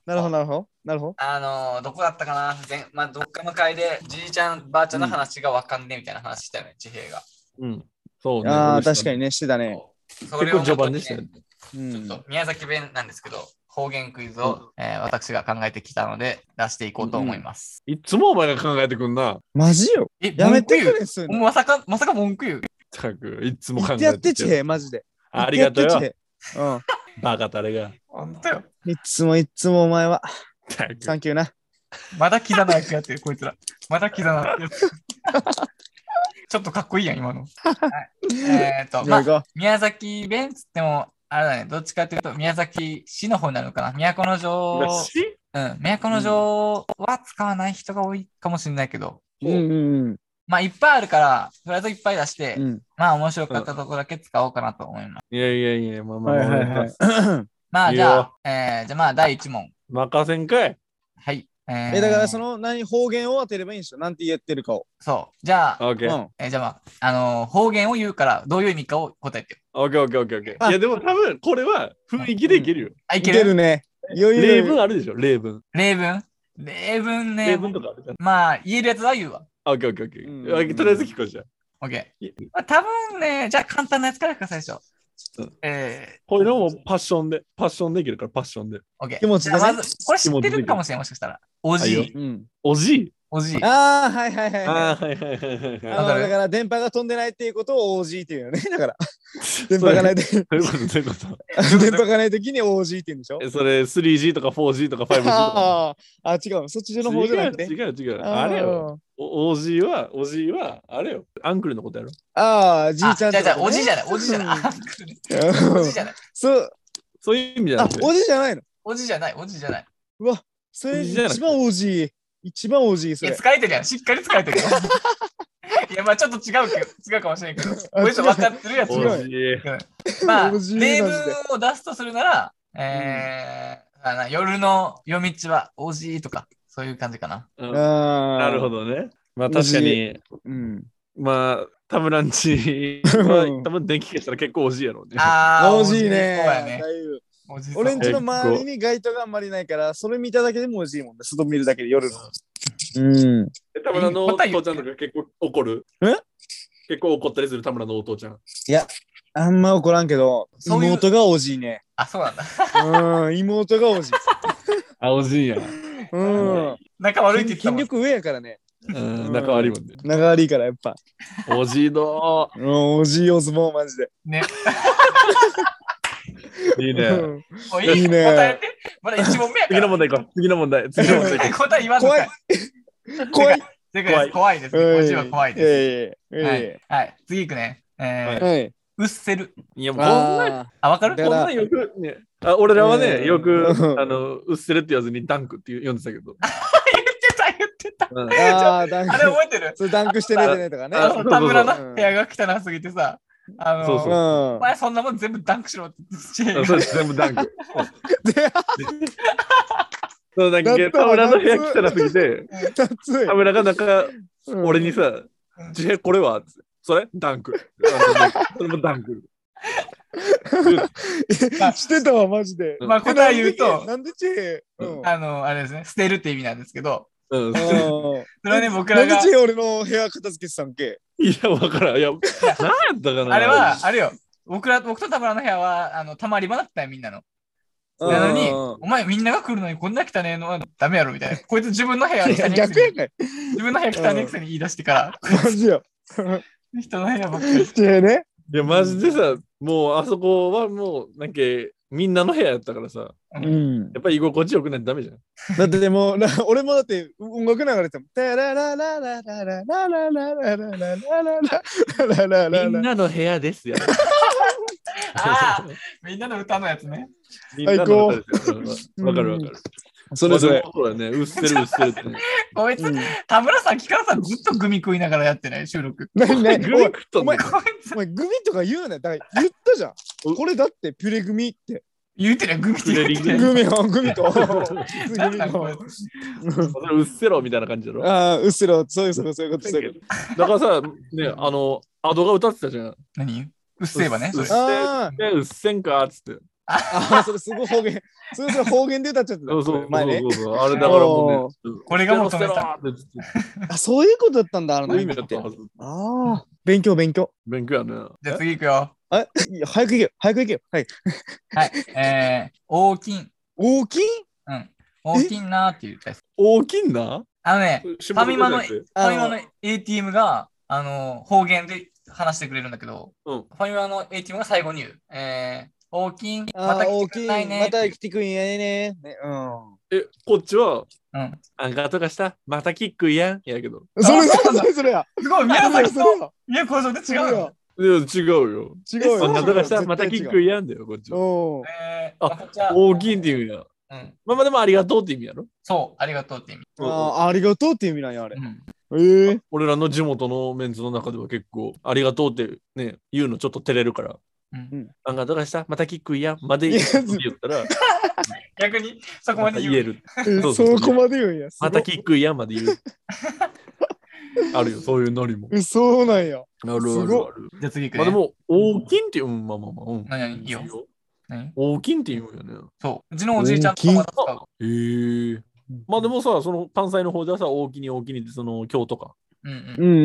[SPEAKER 1] なるほど、なるほど。なるほど。
[SPEAKER 2] あのーどこだったかな前、まあ、どっかの会で、じいちゃん、ばあちゃんの話がわかんねえみたいな話したよね、地平が。
[SPEAKER 3] うん。そうね。
[SPEAKER 1] ああ、
[SPEAKER 3] 俺した
[SPEAKER 1] 確かにね、してたね。
[SPEAKER 2] そ
[SPEAKER 3] 結構序盤
[SPEAKER 2] も
[SPEAKER 3] で
[SPEAKER 2] っ
[SPEAKER 3] し
[SPEAKER 2] と
[SPEAKER 3] た
[SPEAKER 2] ね
[SPEAKER 3] よね。
[SPEAKER 1] う
[SPEAKER 2] ちょっ
[SPEAKER 1] ん。
[SPEAKER 2] と宮崎弁なんですけど、方言クイズを、えー私が考えてきたので、出していこうと思います。
[SPEAKER 3] いつもお前が考えてくんな。
[SPEAKER 1] マジよ。
[SPEAKER 2] え、
[SPEAKER 1] やめて
[SPEAKER 2] 文句
[SPEAKER 1] く
[SPEAKER 2] 言
[SPEAKER 1] れ、すん
[SPEAKER 2] うまさか、まさか文句言う。
[SPEAKER 3] ったく、いつも
[SPEAKER 1] 言
[SPEAKER 3] 考え
[SPEAKER 1] っててやって、
[SPEAKER 3] きて
[SPEAKER 1] ちへ、マジで。
[SPEAKER 3] ありがと
[SPEAKER 1] 言
[SPEAKER 3] う
[SPEAKER 1] っ
[SPEAKER 3] よ。
[SPEAKER 1] てやって
[SPEAKER 3] バカ誰が。
[SPEAKER 2] 本当よ。
[SPEAKER 1] ちへうん。いつもいつもお前は、
[SPEAKER 3] ったく
[SPEAKER 1] サンキューな。
[SPEAKER 2] まだキザなやつやってる、こいつら。まだキザなや
[SPEAKER 1] *laughs*
[SPEAKER 2] つ。ちょっとかっこいいやん、今の。はい、えっ、ー、と、
[SPEAKER 1] じゃ
[SPEAKER 2] ま
[SPEAKER 1] あ
[SPEAKER 2] あ
[SPEAKER 1] 行こ
[SPEAKER 2] 宮崎弁っつっても、あれだね、どっちかっていうと、宮崎市の方になるのかな。都の城、
[SPEAKER 3] し
[SPEAKER 2] うん、都城は使わない人が多いかもしれないけど、
[SPEAKER 1] う。うんうん
[SPEAKER 2] まあ、いっぱいあるから、とりあえずいっぱい出して、
[SPEAKER 1] うん。うん
[SPEAKER 2] まあ、面白かったところだけ使おうかなと思います。
[SPEAKER 3] いやいやいや、まあまあ
[SPEAKER 1] はい
[SPEAKER 3] ま
[SPEAKER 1] はい
[SPEAKER 3] あ、
[SPEAKER 1] はい。
[SPEAKER 2] まあ、
[SPEAKER 3] いい
[SPEAKER 2] じ
[SPEAKER 3] よ
[SPEAKER 2] ゃあ、えーじゃあまあ、第1問。
[SPEAKER 3] 任せんかい。
[SPEAKER 2] はい。えー
[SPEAKER 1] え、だからそ *clears throat* の、何、方言を当てればいいんでしょなんて言ってるかを。
[SPEAKER 2] そう。じゃあ、
[SPEAKER 3] オッ
[SPEAKER 1] う
[SPEAKER 3] ケ
[SPEAKER 1] ん。
[SPEAKER 3] ー。
[SPEAKER 2] えーじゃあまあ、あのー方言を言うから、どういう意味かを答えてよ。
[SPEAKER 3] オッケーオッケーオッケーオッケ
[SPEAKER 1] あ
[SPEAKER 3] ー。いや、でも多分、これは雰囲気でいけるよ。
[SPEAKER 2] あ、い
[SPEAKER 1] い
[SPEAKER 2] け
[SPEAKER 1] け
[SPEAKER 2] る
[SPEAKER 1] るね。余
[SPEAKER 3] 例
[SPEAKER 1] 裕
[SPEAKER 3] 文。あるでしょ、例文。
[SPEAKER 2] 例文例文ね。
[SPEAKER 3] 例文とかあるじゃん。
[SPEAKER 2] まあ、言えるやつは言うわ。
[SPEAKER 3] オッケーオッケーオッケ
[SPEAKER 1] うん
[SPEAKER 3] ーオッケー。とりあえず聞こうじゃん。
[SPEAKER 2] オッケー。まあ、多分ね、じゃあ簡単なやつからか、最初。え
[SPEAKER 3] こういうのもパッションで、パッションでいけるから、パッションで。
[SPEAKER 2] ー、オッケー。
[SPEAKER 1] 気持ちでね
[SPEAKER 2] じゃあまず、これ知ってるかもしれない、もしかしたら。おじ
[SPEAKER 3] はいい、
[SPEAKER 1] うん。
[SPEAKER 3] おじい。
[SPEAKER 2] おじい。
[SPEAKER 1] ああ、はいはいはいはい。
[SPEAKER 3] ああ、はいはいはいはい
[SPEAKER 1] あ
[SPEAKER 3] は
[SPEAKER 2] わ
[SPEAKER 1] の
[SPEAKER 2] かる
[SPEAKER 1] だから電波が飛んでないっていうことを OG っていうよね。 *laughs* だから、電波がない
[SPEAKER 3] い。
[SPEAKER 1] で、
[SPEAKER 3] そういうこと、そういうこと。
[SPEAKER 1] 電波がないときに OG って言うんでしょ
[SPEAKER 3] えそれ 3G とか 4G とか 5G とか。
[SPEAKER 1] あーあ、違う。そっちの方じゃ
[SPEAKER 3] 違
[SPEAKER 1] な
[SPEAKER 3] う
[SPEAKER 1] くて。
[SPEAKER 3] 違う違う。あれよ。。おおじいは、おじいは、あれよ。アンクルのことやろ。
[SPEAKER 1] あーあー、じいちゃん
[SPEAKER 2] じ
[SPEAKER 1] と
[SPEAKER 2] ゃあ、じゃ
[SPEAKER 1] かね、
[SPEAKER 2] あおじいじゃない、おじいじゃない。
[SPEAKER 1] う
[SPEAKER 2] あ
[SPEAKER 1] ん
[SPEAKER 2] おじいじゃない。
[SPEAKER 1] そう、
[SPEAKER 3] そういう意味じゃ
[SPEAKER 1] あ
[SPEAKER 3] なく、て。
[SPEAKER 1] おじいじゃないの。
[SPEAKER 2] おじいじゃない、おじいじゃない。
[SPEAKER 1] それ
[SPEAKER 3] おじいじゃない
[SPEAKER 1] 一番 OG。一番 OG
[SPEAKER 2] い
[SPEAKER 1] そ
[SPEAKER 2] や、
[SPEAKER 1] れ。
[SPEAKER 2] 疲れてるやん。しっかり疲
[SPEAKER 1] *laughs*
[SPEAKER 2] れてるよ。いや、まあちょっと違うけど、違うかもしれんけど、
[SPEAKER 1] あ
[SPEAKER 2] こいつ分かってるやつ
[SPEAKER 1] 違う
[SPEAKER 2] よ。
[SPEAKER 1] お
[SPEAKER 3] じい。
[SPEAKER 2] まあ、
[SPEAKER 1] おじい
[SPEAKER 2] 例
[SPEAKER 1] マ
[SPEAKER 2] 文
[SPEAKER 1] ジで
[SPEAKER 2] を出すとするなら、えーあの夜の夜道はおじいとか、そういう感じかな。
[SPEAKER 3] うん
[SPEAKER 1] な
[SPEAKER 3] なるほ。どね。まあ
[SPEAKER 1] お
[SPEAKER 3] 確
[SPEAKER 1] じ
[SPEAKER 3] か
[SPEAKER 1] い
[SPEAKER 3] に、
[SPEAKER 1] うん。
[SPEAKER 3] まあ、タブランチ
[SPEAKER 1] う
[SPEAKER 3] は
[SPEAKER 1] ん
[SPEAKER 3] 多分電気消したら結構おじいやろうね。
[SPEAKER 2] あー
[SPEAKER 1] OG
[SPEAKER 2] そうや
[SPEAKER 1] ね
[SPEAKER 2] ね。。おじいそう
[SPEAKER 1] 俺んちの周りに街灯があんまりないから、それ見ただけでも OG もんね。外見るだけで夜の。うん。
[SPEAKER 3] え田村の
[SPEAKER 2] ま
[SPEAKER 3] お父
[SPEAKER 2] た
[SPEAKER 3] ち
[SPEAKER 2] 言
[SPEAKER 3] ゃ
[SPEAKER 2] うん
[SPEAKER 3] とか結構怒る。
[SPEAKER 1] え
[SPEAKER 3] 結構怒ったりする田村のお父ちゃん。
[SPEAKER 1] あんま怒らんけど、
[SPEAKER 2] そういう
[SPEAKER 1] 妹が OG ね。
[SPEAKER 2] あ、そうなんだ。
[SPEAKER 1] うん、妹が
[SPEAKER 2] *laughs*
[SPEAKER 1] OG。
[SPEAKER 3] あ、おじいや。
[SPEAKER 1] うん。
[SPEAKER 2] 仲悪いって言って
[SPEAKER 1] 筋
[SPEAKER 2] たもん。
[SPEAKER 1] 力上やからね。
[SPEAKER 3] うん、仲悪いもんね。
[SPEAKER 1] 長悪いからやっぱ。
[SPEAKER 3] おじいの。
[SPEAKER 1] うん、おじいお相撲マジで。
[SPEAKER 2] ね。
[SPEAKER 3] いいね。
[SPEAKER 1] うん
[SPEAKER 2] もういい
[SPEAKER 1] いいね
[SPEAKER 2] 答えて。まだ1問目やか
[SPEAKER 3] 次
[SPEAKER 2] ら
[SPEAKER 3] の。問題行こう。次の問題。次の問題行こ
[SPEAKER 2] 答え言わずか
[SPEAKER 1] 怖い
[SPEAKER 2] い。。
[SPEAKER 1] 怖い。
[SPEAKER 2] 正解です怖いですね。
[SPEAKER 1] うん
[SPEAKER 2] こっちは怖い
[SPEAKER 1] いや
[SPEAKER 2] で
[SPEAKER 1] いや
[SPEAKER 2] す。
[SPEAKER 1] い
[SPEAKER 2] は
[SPEAKER 1] や
[SPEAKER 2] い
[SPEAKER 1] い。
[SPEAKER 2] はい。次行くね。え
[SPEAKER 1] や。
[SPEAKER 2] ー
[SPEAKER 1] はい。
[SPEAKER 2] うっせる。
[SPEAKER 3] *laughs* う。いや、もうこんな、
[SPEAKER 1] あ
[SPEAKER 2] あ、わかる
[SPEAKER 1] だ
[SPEAKER 3] こん
[SPEAKER 1] から
[SPEAKER 3] なよくね。あ俺らは
[SPEAKER 1] う
[SPEAKER 3] ね、
[SPEAKER 1] ん
[SPEAKER 3] よく
[SPEAKER 1] う、ん
[SPEAKER 3] あの、うっせるって言わずにダンクって呼んでたけど。
[SPEAKER 2] 言ってた、言ってた。
[SPEAKER 3] *laughs* うん
[SPEAKER 1] ーあー、ダン
[SPEAKER 2] あれ
[SPEAKER 1] ク。
[SPEAKER 2] 覚えてる
[SPEAKER 1] それダンクしてないでねとかね。
[SPEAKER 2] あ
[SPEAKER 3] そ
[SPEAKER 2] の
[SPEAKER 3] うそう
[SPEAKER 2] 田村
[SPEAKER 1] う
[SPEAKER 2] の
[SPEAKER 1] ん
[SPEAKER 2] 部屋が汚すぎてさ、あの、
[SPEAKER 3] そう
[SPEAKER 1] う
[SPEAKER 3] そ
[SPEAKER 1] ん。
[SPEAKER 3] う
[SPEAKER 2] お前そんなもん全部ダンクしろって言って
[SPEAKER 3] あそうです、全部ダンク。
[SPEAKER 1] で、
[SPEAKER 3] そうなん
[SPEAKER 1] だ
[SPEAKER 3] か、
[SPEAKER 1] ったら
[SPEAKER 3] 田村の部屋汚すぎて、
[SPEAKER 1] 熱い
[SPEAKER 3] 田。村がなんか、俺にさ
[SPEAKER 2] うん、
[SPEAKER 3] じゃこれはそれダンク。あのそれもダンク。
[SPEAKER 1] うんしてたわ、マジで。
[SPEAKER 2] まあ答え言うと、
[SPEAKER 1] なんでチェうん。
[SPEAKER 2] あの、あれですね、捨てるって意味なんですけど、
[SPEAKER 3] うん。
[SPEAKER 1] あー
[SPEAKER 2] それはね、僕
[SPEAKER 1] な
[SPEAKER 2] ら
[SPEAKER 1] んで
[SPEAKER 2] が
[SPEAKER 1] チ、ェ俺の部屋片付けてたんけ
[SPEAKER 3] いや、わからん。いや、なんやったかな。
[SPEAKER 2] あれは、あれよ、僕ら、僕と田村の部屋は、あの、たまり場だったよ、みんなの。
[SPEAKER 1] うん
[SPEAKER 2] なのに、
[SPEAKER 1] う
[SPEAKER 2] お前みんなが来るのにこんな汚ねえのはダメやろ、みたいな。こいつ自分の部屋汚
[SPEAKER 1] ん
[SPEAKER 2] い
[SPEAKER 1] いや
[SPEAKER 2] くせに
[SPEAKER 1] 逆やんかい。
[SPEAKER 2] *laughs* 自分の部屋汚いくせに言い出してから、
[SPEAKER 1] マジよ。
[SPEAKER 2] 人の部屋ばっ
[SPEAKER 1] *laughs*
[SPEAKER 2] かり。
[SPEAKER 1] チェね。
[SPEAKER 3] いや、マジでさ、もうあそこはもう、なんか、みんなの部屋やったからさ、
[SPEAKER 1] うん。
[SPEAKER 3] やっぱり居心地よくないとダメじゃん。
[SPEAKER 1] だってでも、な俺もだって音楽流れてたもん。タラララララララララララララララララララ。
[SPEAKER 3] なの部屋ですよ。
[SPEAKER 2] ああ、みんなの歌のやつね。
[SPEAKER 3] *laughs* みんなの部屋ですよ。うんわかるわかる。
[SPEAKER 1] それぞれ
[SPEAKER 3] まあ。でもそうだね。うっせるうっせるってね。
[SPEAKER 2] こいつ、田村さん、木からさん、ずっとグミ食いながらやってない、収録。
[SPEAKER 1] 何
[SPEAKER 3] グ
[SPEAKER 1] 何
[SPEAKER 3] ミ
[SPEAKER 1] おい
[SPEAKER 3] 食ったんだよ
[SPEAKER 2] こいつ
[SPEAKER 1] お前グミとか言うなよ。だから言ったじゃん。これだってピュレグミって。
[SPEAKER 2] 言うてりゃグミって言うて
[SPEAKER 3] クレ
[SPEAKER 2] り
[SPEAKER 3] リン
[SPEAKER 1] *laughs*
[SPEAKER 2] ゃ
[SPEAKER 1] グミを、グミと。
[SPEAKER 2] なんだこ
[SPEAKER 1] グ
[SPEAKER 2] れ
[SPEAKER 1] ミと。
[SPEAKER 3] それうっせろみたいな感じだろ。
[SPEAKER 1] ああ、うっすら、そういうこと、そういうこと、そういうこ
[SPEAKER 3] だからさ、ね、あの、アドが歌ってたじゃん。う
[SPEAKER 2] 何うっせえばね。それ
[SPEAKER 1] と。ああ、
[SPEAKER 3] ねうっせんかーっつって。
[SPEAKER 1] ああ、それすごい方言。それそれ方言で歌っちゃってた。
[SPEAKER 3] そうそう
[SPEAKER 1] 前ね
[SPEAKER 3] そうそうあれだからも
[SPEAKER 1] お
[SPEAKER 3] うね。
[SPEAKER 2] 俺が求めた
[SPEAKER 3] うっせろーって
[SPEAKER 1] あ、そういうことだったんだ、あれ
[SPEAKER 3] そういう意
[SPEAKER 1] な
[SPEAKER 3] 味
[SPEAKER 1] んか
[SPEAKER 3] だ
[SPEAKER 1] っ
[SPEAKER 3] って
[SPEAKER 1] あ
[SPEAKER 3] たはず。
[SPEAKER 1] あ、勉強、勉強。
[SPEAKER 3] 勉強やね。
[SPEAKER 2] じゃあ次行くよ。
[SPEAKER 1] あ、いや早く行けよ、早く行けよ。はい。
[SPEAKER 2] はい。えー、大きん。
[SPEAKER 1] 大きい
[SPEAKER 2] うん。大きんなーっていうタイプ。
[SPEAKER 3] 大きいな
[SPEAKER 2] あのね、
[SPEAKER 3] フ
[SPEAKER 2] ァミマのファミマ
[SPEAKER 1] あ
[SPEAKER 2] の
[SPEAKER 1] の
[SPEAKER 2] ATM が、あの、方言で話してくれるんだけど、
[SPEAKER 3] うん
[SPEAKER 2] ファミマの ATM が最後に言う。えー、大きん、ま
[SPEAKER 1] あ
[SPEAKER 2] た
[SPEAKER 1] ー、大
[SPEAKER 2] 来
[SPEAKER 1] き
[SPEAKER 2] てく
[SPEAKER 1] い。
[SPEAKER 2] ださいね。
[SPEAKER 1] また来てくんやね。ねう
[SPEAKER 3] え、こっちは、
[SPEAKER 2] うん。
[SPEAKER 3] あんかとかした、またキックやん。やけど。
[SPEAKER 1] ん。それ、
[SPEAKER 2] そうな
[SPEAKER 1] そ
[SPEAKER 2] んだ
[SPEAKER 1] れ、それや。
[SPEAKER 2] すごい、 *laughs* 宮
[SPEAKER 1] それ、
[SPEAKER 2] 崎
[SPEAKER 1] そ
[SPEAKER 2] と
[SPEAKER 1] れや。
[SPEAKER 2] 宮古城で違うよ。
[SPEAKER 3] いや、違うよ。
[SPEAKER 1] 違うよ。
[SPEAKER 3] あんかとかした、またキック
[SPEAKER 1] う。
[SPEAKER 3] やんだよ、こっちは。
[SPEAKER 1] お
[SPEAKER 2] えー、
[SPEAKER 3] あ
[SPEAKER 2] まこちゃん
[SPEAKER 3] 大きいっていう意味や。
[SPEAKER 2] うん。
[SPEAKER 3] まあまあでもありがとうって意味やろ。
[SPEAKER 2] そう、ありがとうって意味。
[SPEAKER 1] あーありがとうっていう意味なんや、あれ
[SPEAKER 2] う。ん。
[SPEAKER 1] ええ。
[SPEAKER 3] 俺らの地元のメンズの中では結構ありがとうってね、言うのちょっと照れるから。
[SPEAKER 2] うん
[SPEAKER 3] あんかとかした、またキックやん。まで
[SPEAKER 1] いや
[SPEAKER 3] 言ったら、
[SPEAKER 2] 逆に、そこ
[SPEAKER 3] ま
[SPEAKER 2] ま
[SPEAKER 3] た
[SPEAKER 2] で
[SPEAKER 3] 言
[SPEAKER 2] 言
[SPEAKER 3] え
[SPEAKER 2] う。
[SPEAKER 3] る。
[SPEAKER 1] え
[SPEAKER 3] *laughs* そ
[SPEAKER 1] そ
[SPEAKER 3] うそう
[SPEAKER 1] こまで言うんや。すご
[SPEAKER 3] ま
[SPEAKER 1] い
[SPEAKER 3] たキックやんまで *laughs* 言う。あるよ、そういうノリも。
[SPEAKER 1] えそうなんや。
[SPEAKER 3] あるあ
[SPEAKER 1] す
[SPEAKER 3] る
[SPEAKER 1] ご
[SPEAKER 3] ある。
[SPEAKER 2] じゃあ次行く、ね。
[SPEAKER 3] まあでも、大きいって言う、うん、まあまあまあ。うん
[SPEAKER 2] 何々、いいよ。何
[SPEAKER 3] 大きいって言うんよね。
[SPEAKER 2] そう。うちのおじいちゃんとかまた使う。
[SPEAKER 3] へえ。まあでもさ、その関西の方ではさ、大きに大きにってその京とかっ
[SPEAKER 2] うんうん。
[SPEAKER 1] うんうんう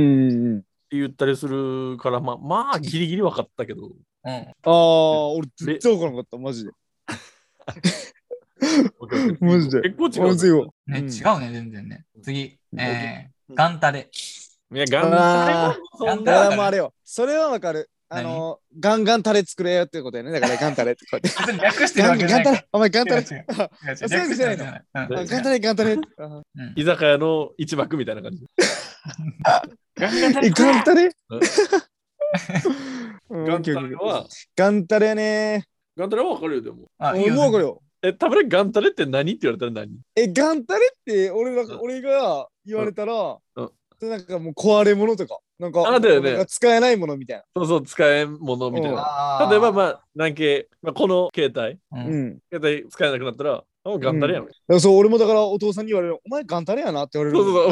[SPEAKER 1] ん。
[SPEAKER 3] て言ったりするから、まあ、まあ、ギリギリ分かったけ *laughs*
[SPEAKER 2] う
[SPEAKER 3] ど。
[SPEAKER 2] ん。
[SPEAKER 1] ああ、俺、ずっと分からなかった、マジで。マジで
[SPEAKER 3] 結構違う
[SPEAKER 1] マジ
[SPEAKER 3] ね。
[SPEAKER 1] よ。
[SPEAKER 2] ね、
[SPEAKER 1] うん
[SPEAKER 2] 違うね、全然ね。次、えー、
[SPEAKER 3] うん
[SPEAKER 2] ガンタレ。
[SPEAKER 3] いや、
[SPEAKER 1] あ
[SPEAKER 3] ガン
[SPEAKER 2] ー
[SPEAKER 3] そん
[SPEAKER 1] だか
[SPEAKER 3] な
[SPEAKER 1] らもうあれよ。それはわかる。あの、ガンガンタレ作れよってことやね。だからガンタレってこうやって。
[SPEAKER 2] 別に略してる
[SPEAKER 1] ガ
[SPEAKER 2] わ
[SPEAKER 1] ン
[SPEAKER 2] けじゃ
[SPEAKER 1] ガ
[SPEAKER 2] な
[SPEAKER 1] ンタ
[SPEAKER 2] いから。
[SPEAKER 1] レ、お前ガンタレ。
[SPEAKER 2] 違う違う
[SPEAKER 1] あ
[SPEAKER 2] 違
[SPEAKER 1] そういう
[SPEAKER 2] う違う
[SPEAKER 1] わけじゃないの
[SPEAKER 2] 略してるわけじゃない
[SPEAKER 1] ガ
[SPEAKER 2] うん
[SPEAKER 1] ンタレ、ガンタレ。あ
[SPEAKER 3] 居酒屋の一幕みたいな感じ。
[SPEAKER 1] えガンタレ
[SPEAKER 3] うん
[SPEAKER 1] うん
[SPEAKER 3] ガンタレは、
[SPEAKER 1] ガンタレやね。
[SPEAKER 3] ガンタレは分かるよ、でも。
[SPEAKER 2] あいい
[SPEAKER 1] 俺
[SPEAKER 2] よ
[SPEAKER 1] もうこれよ。
[SPEAKER 3] え、たぶんガンタレって何って言われたら何
[SPEAKER 1] え、ガンタレって俺
[SPEAKER 3] う
[SPEAKER 1] が
[SPEAKER 3] ん
[SPEAKER 1] 俺が言われたら
[SPEAKER 3] うんうん、
[SPEAKER 1] なんかもう壊れ物とか、なんか
[SPEAKER 3] あだよね
[SPEAKER 1] なんか使えないものみたい
[SPEAKER 3] そうそう、使えんものみたいな。
[SPEAKER 2] あー
[SPEAKER 3] 例えば、まあ、なんけ、まあ、この携帯、
[SPEAKER 2] う
[SPEAKER 1] な。
[SPEAKER 2] ん
[SPEAKER 1] うん。
[SPEAKER 3] 携帯使えなくなったら、あガンタレやん。
[SPEAKER 1] だからそう、俺もだからお父さんに言われる、お前ガンタレやなって言われる。
[SPEAKER 3] そうそ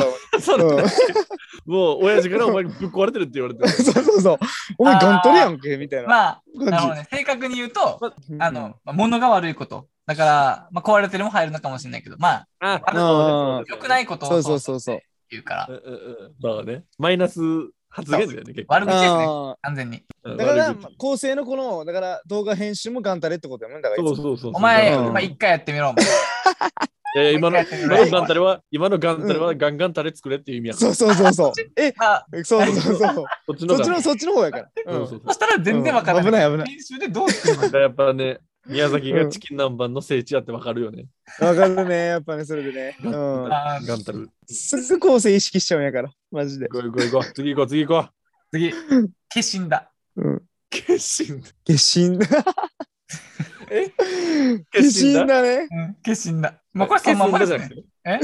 [SPEAKER 3] う *laughs* そうの
[SPEAKER 1] ん
[SPEAKER 3] *laughs* もう、親父からお前ぶっ壊れてるって言
[SPEAKER 1] *laughs*
[SPEAKER 3] われてる。
[SPEAKER 1] *laughs* そうそうそう。お前ガンタレやんけみたいな
[SPEAKER 2] まあ、なるほど
[SPEAKER 1] 感
[SPEAKER 2] ね。正確に言うと、
[SPEAKER 1] じ。
[SPEAKER 2] あの、まあ物が悪いこと。だから、まあ、壊れてるも入るのかもしれないけど、まあ、
[SPEAKER 3] あ
[SPEAKER 1] あ
[SPEAKER 2] 良くないこと
[SPEAKER 1] そ
[SPEAKER 2] を
[SPEAKER 1] うそうそうそう。
[SPEAKER 2] 言うから
[SPEAKER 3] うん、うんうんだからね、マイナス発言だよね、結構。
[SPEAKER 2] 悪口ですね、
[SPEAKER 1] あ
[SPEAKER 2] 完全に。
[SPEAKER 3] う
[SPEAKER 1] ー
[SPEAKER 3] ん
[SPEAKER 1] だから、
[SPEAKER 3] 悪
[SPEAKER 1] まあ
[SPEAKER 3] 口
[SPEAKER 1] 構成のこの、だから動画編集もガンタレってことやもんね。だからい
[SPEAKER 3] そ
[SPEAKER 1] つ
[SPEAKER 3] う
[SPEAKER 1] も、
[SPEAKER 3] そうそう。
[SPEAKER 2] お前、
[SPEAKER 1] うん
[SPEAKER 2] まあ、一回やってみろ。
[SPEAKER 3] いやいや今の、
[SPEAKER 2] もう一回やってみ
[SPEAKER 3] 今
[SPEAKER 2] ろ
[SPEAKER 3] のガンタレは、今のガンタレはガンガンタレ作れっていう意味やから。
[SPEAKER 1] そうそうそう
[SPEAKER 3] *laughs*
[SPEAKER 1] そう。え、
[SPEAKER 2] ま
[SPEAKER 1] *laughs*
[SPEAKER 2] あ、
[SPEAKER 1] そうそうそうそう。
[SPEAKER 3] こっち
[SPEAKER 1] そ
[SPEAKER 3] の
[SPEAKER 1] っ
[SPEAKER 3] ガン
[SPEAKER 1] ち
[SPEAKER 3] タ
[SPEAKER 1] の、
[SPEAKER 3] レ。
[SPEAKER 1] そっちの方やから。う
[SPEAKER 3] そ
[SPEAKER 1] ん
[SPEAKER 3] うそう
[SPEAKER 2] そしたら全然わからない。
[SPEAKER 1] うん危ない危ない
[SPEAKER 2] 練習でどうする
[SPEAKER 1] *laughs*
[SPEAKER 2] の
[SPEAKER 3] だからやっぱね、宮崎がチキン南蛮の聖地やってわかるよね。
[SPEAKER 1] わかるね、やっぱね、それでね。うん。
[SPEAKER 2] あー
[SPEAKER 3] ガンタレ。
[SPEAKER 1] すぐ構成意識しちゃうんやから、マジで。
[SPEAKER 3] 行こう行こう行こう。次行こう、次行こ
[SPEAKER 2] 次、化身だ。
[SPEAKER 1] うん。
[SPEAKER 3] う。決心。
[SPEAKER 1] 下神だ。 *laughs*
[SPEAKER 3] え
[SPEAKER 1] 下神だね。
[SPEAKER 2] うん、化身だ。まあ、これそのまんまですね。え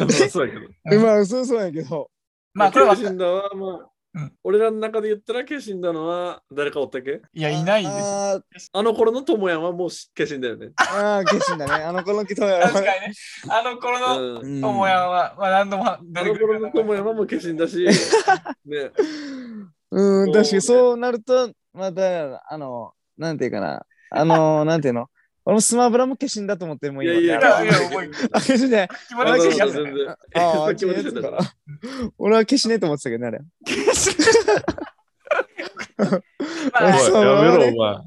[SPEAKER 3] まあそうやけど。
[SPEAKER 2] うん
[SPEAKER 1] まあ、そうそうやけど。
[SPEAKER 2] まあ、これは、
[SPEAKER 3] 決心だは、ま
[SPEAKER 2] う
[SPEAKER 3] あ
[SPEAKER 2] ん、
[SPEAKER 3] 俺らの中で言ったら決心だのは、誰かおったっけ
[SPEAKER 2] いや、いないです。
[SPEAKER 1] あー
[SPEAKER 3] あの頃の友也はもう決心だよね。
[SPEAKER 1] あー、下神だね。あの子の人や
[SPEAKER 2] 確かにね、あの頃の
[SPEAKER 3] うん
[SPEAKER 1] うん
[SPEAKER 2] 友也は、まあ、何度も
[SPEAKER 3] あ
[SPEAKER 2] 出て
[SPEAKER 3] の
[SPEAKER 2] く
[SPEAKER 3] 頃
[SPEAKER 2] る
[SPEAKER 3] の
[SPEAKER 2] か
[SPEAKER 3] 友山も化身だし、ね、
[SPEAKER 1] うん、確かにそうなると、また、あの、なんていうかな、あの、なんていうの、俺もスマブラも化身だと思ってもいい
[SPEAKER 3] いやいや
[SPEAKER 1] わ
[SPEAKER 2] ら。い
[SPEAKER 1] け
[SPEAKER 2] や
[SPEAKER 1] だ
[SPEAKER 2] い
[SPEAKER 1] から
[SPEAKER 2] や、重い。
[SPEAKER 1] *laughs* あ、消しね。
[SPEAKER 2] 気
[SPEAKER 3] あ
[SPEAKER 2] 持
[SPEAKER 1] 俺
[SPEAKER 2] ち
[SPEAKER 1] は消し
[SPEAKER 2] 悪いや
[SPEAKER 1] ね
[SPEAKER 3] 全
[SPEAKER 2] つだよ
[SPEAKER 3] 然。
[SPEAKER 1] ああ、
[SPEAKER 3] さっきも出てたから。
[SPEAKER 1] 俺は消しねえと思ってたけどね、あれ。
[SPEAKER 2] まあ
[SPEAKER 3] お
[SPEAKER 1] 消し
[SPEAKER 3] い
[SPEAKER 1] そう
[SPEAKER 3] や
[SPEAKER 1] 俺
[SPEAKER 3] めろ、お前。ま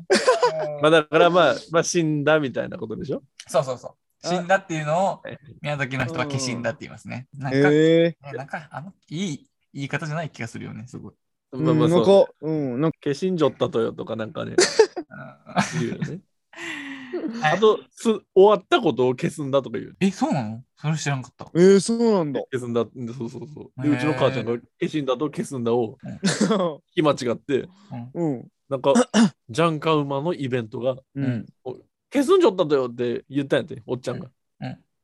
[SPEAKER 3] あだからまあ、まあ死んだみたいなことでしょ
[SPEAKER 2] そうそうそう。死んだっていうのを
[SPEAKER 3] はい、
[SPEAKER 2] 宮崎の人は化身だって言いますね。なんか、
[SPEAKER 1] ええ。
[SPEAKER 2] なんか、あの、いい言い方じゃない気がするよね、すごい。
[SPEAKER 1] う
[SPEAKER 3] まあ
[SPEAKER 1] ん、
[SPEAKER 3] まあ
[SPEAKER 1] なん
[SPEAKER 3] そう。
[SPEAKER 1] か、うん、なんか、
[SPEAKER 3] 化身じょったとよとかなんかね、
[SPEAKER 2] うん
[SPEAKER 3] 言うよ
[SPEAKER 2] *laughs*
[SPEAKER 3] ね。
[SPEAKER 2] はい
[SPEAKER 3] あと、す終わったことを消すんだとか言う。
[SPEAKER 2] え、そうなのそれ知らんかった。
[SPEAKER 1] ええ、そうなん *laughs* だ。
[SPEAKER 3] 消すんだって、そうそうそう。で、
[SPEAKER 2] へー
[SPEAKER 3] うちの母ちゃんが化身だと消すんだを聞き間違って、
[SPEAKER 1] うん。
[SPEAKER 3] な
[SPEAKER 2] *coughs*
[SPEAKER 3] んか、ジャンカウマのイベントが、
[SPEAKER 1] うん。
[SPEAKER 3] 消すんじょったとよって言ったんやて、おっちゃんが。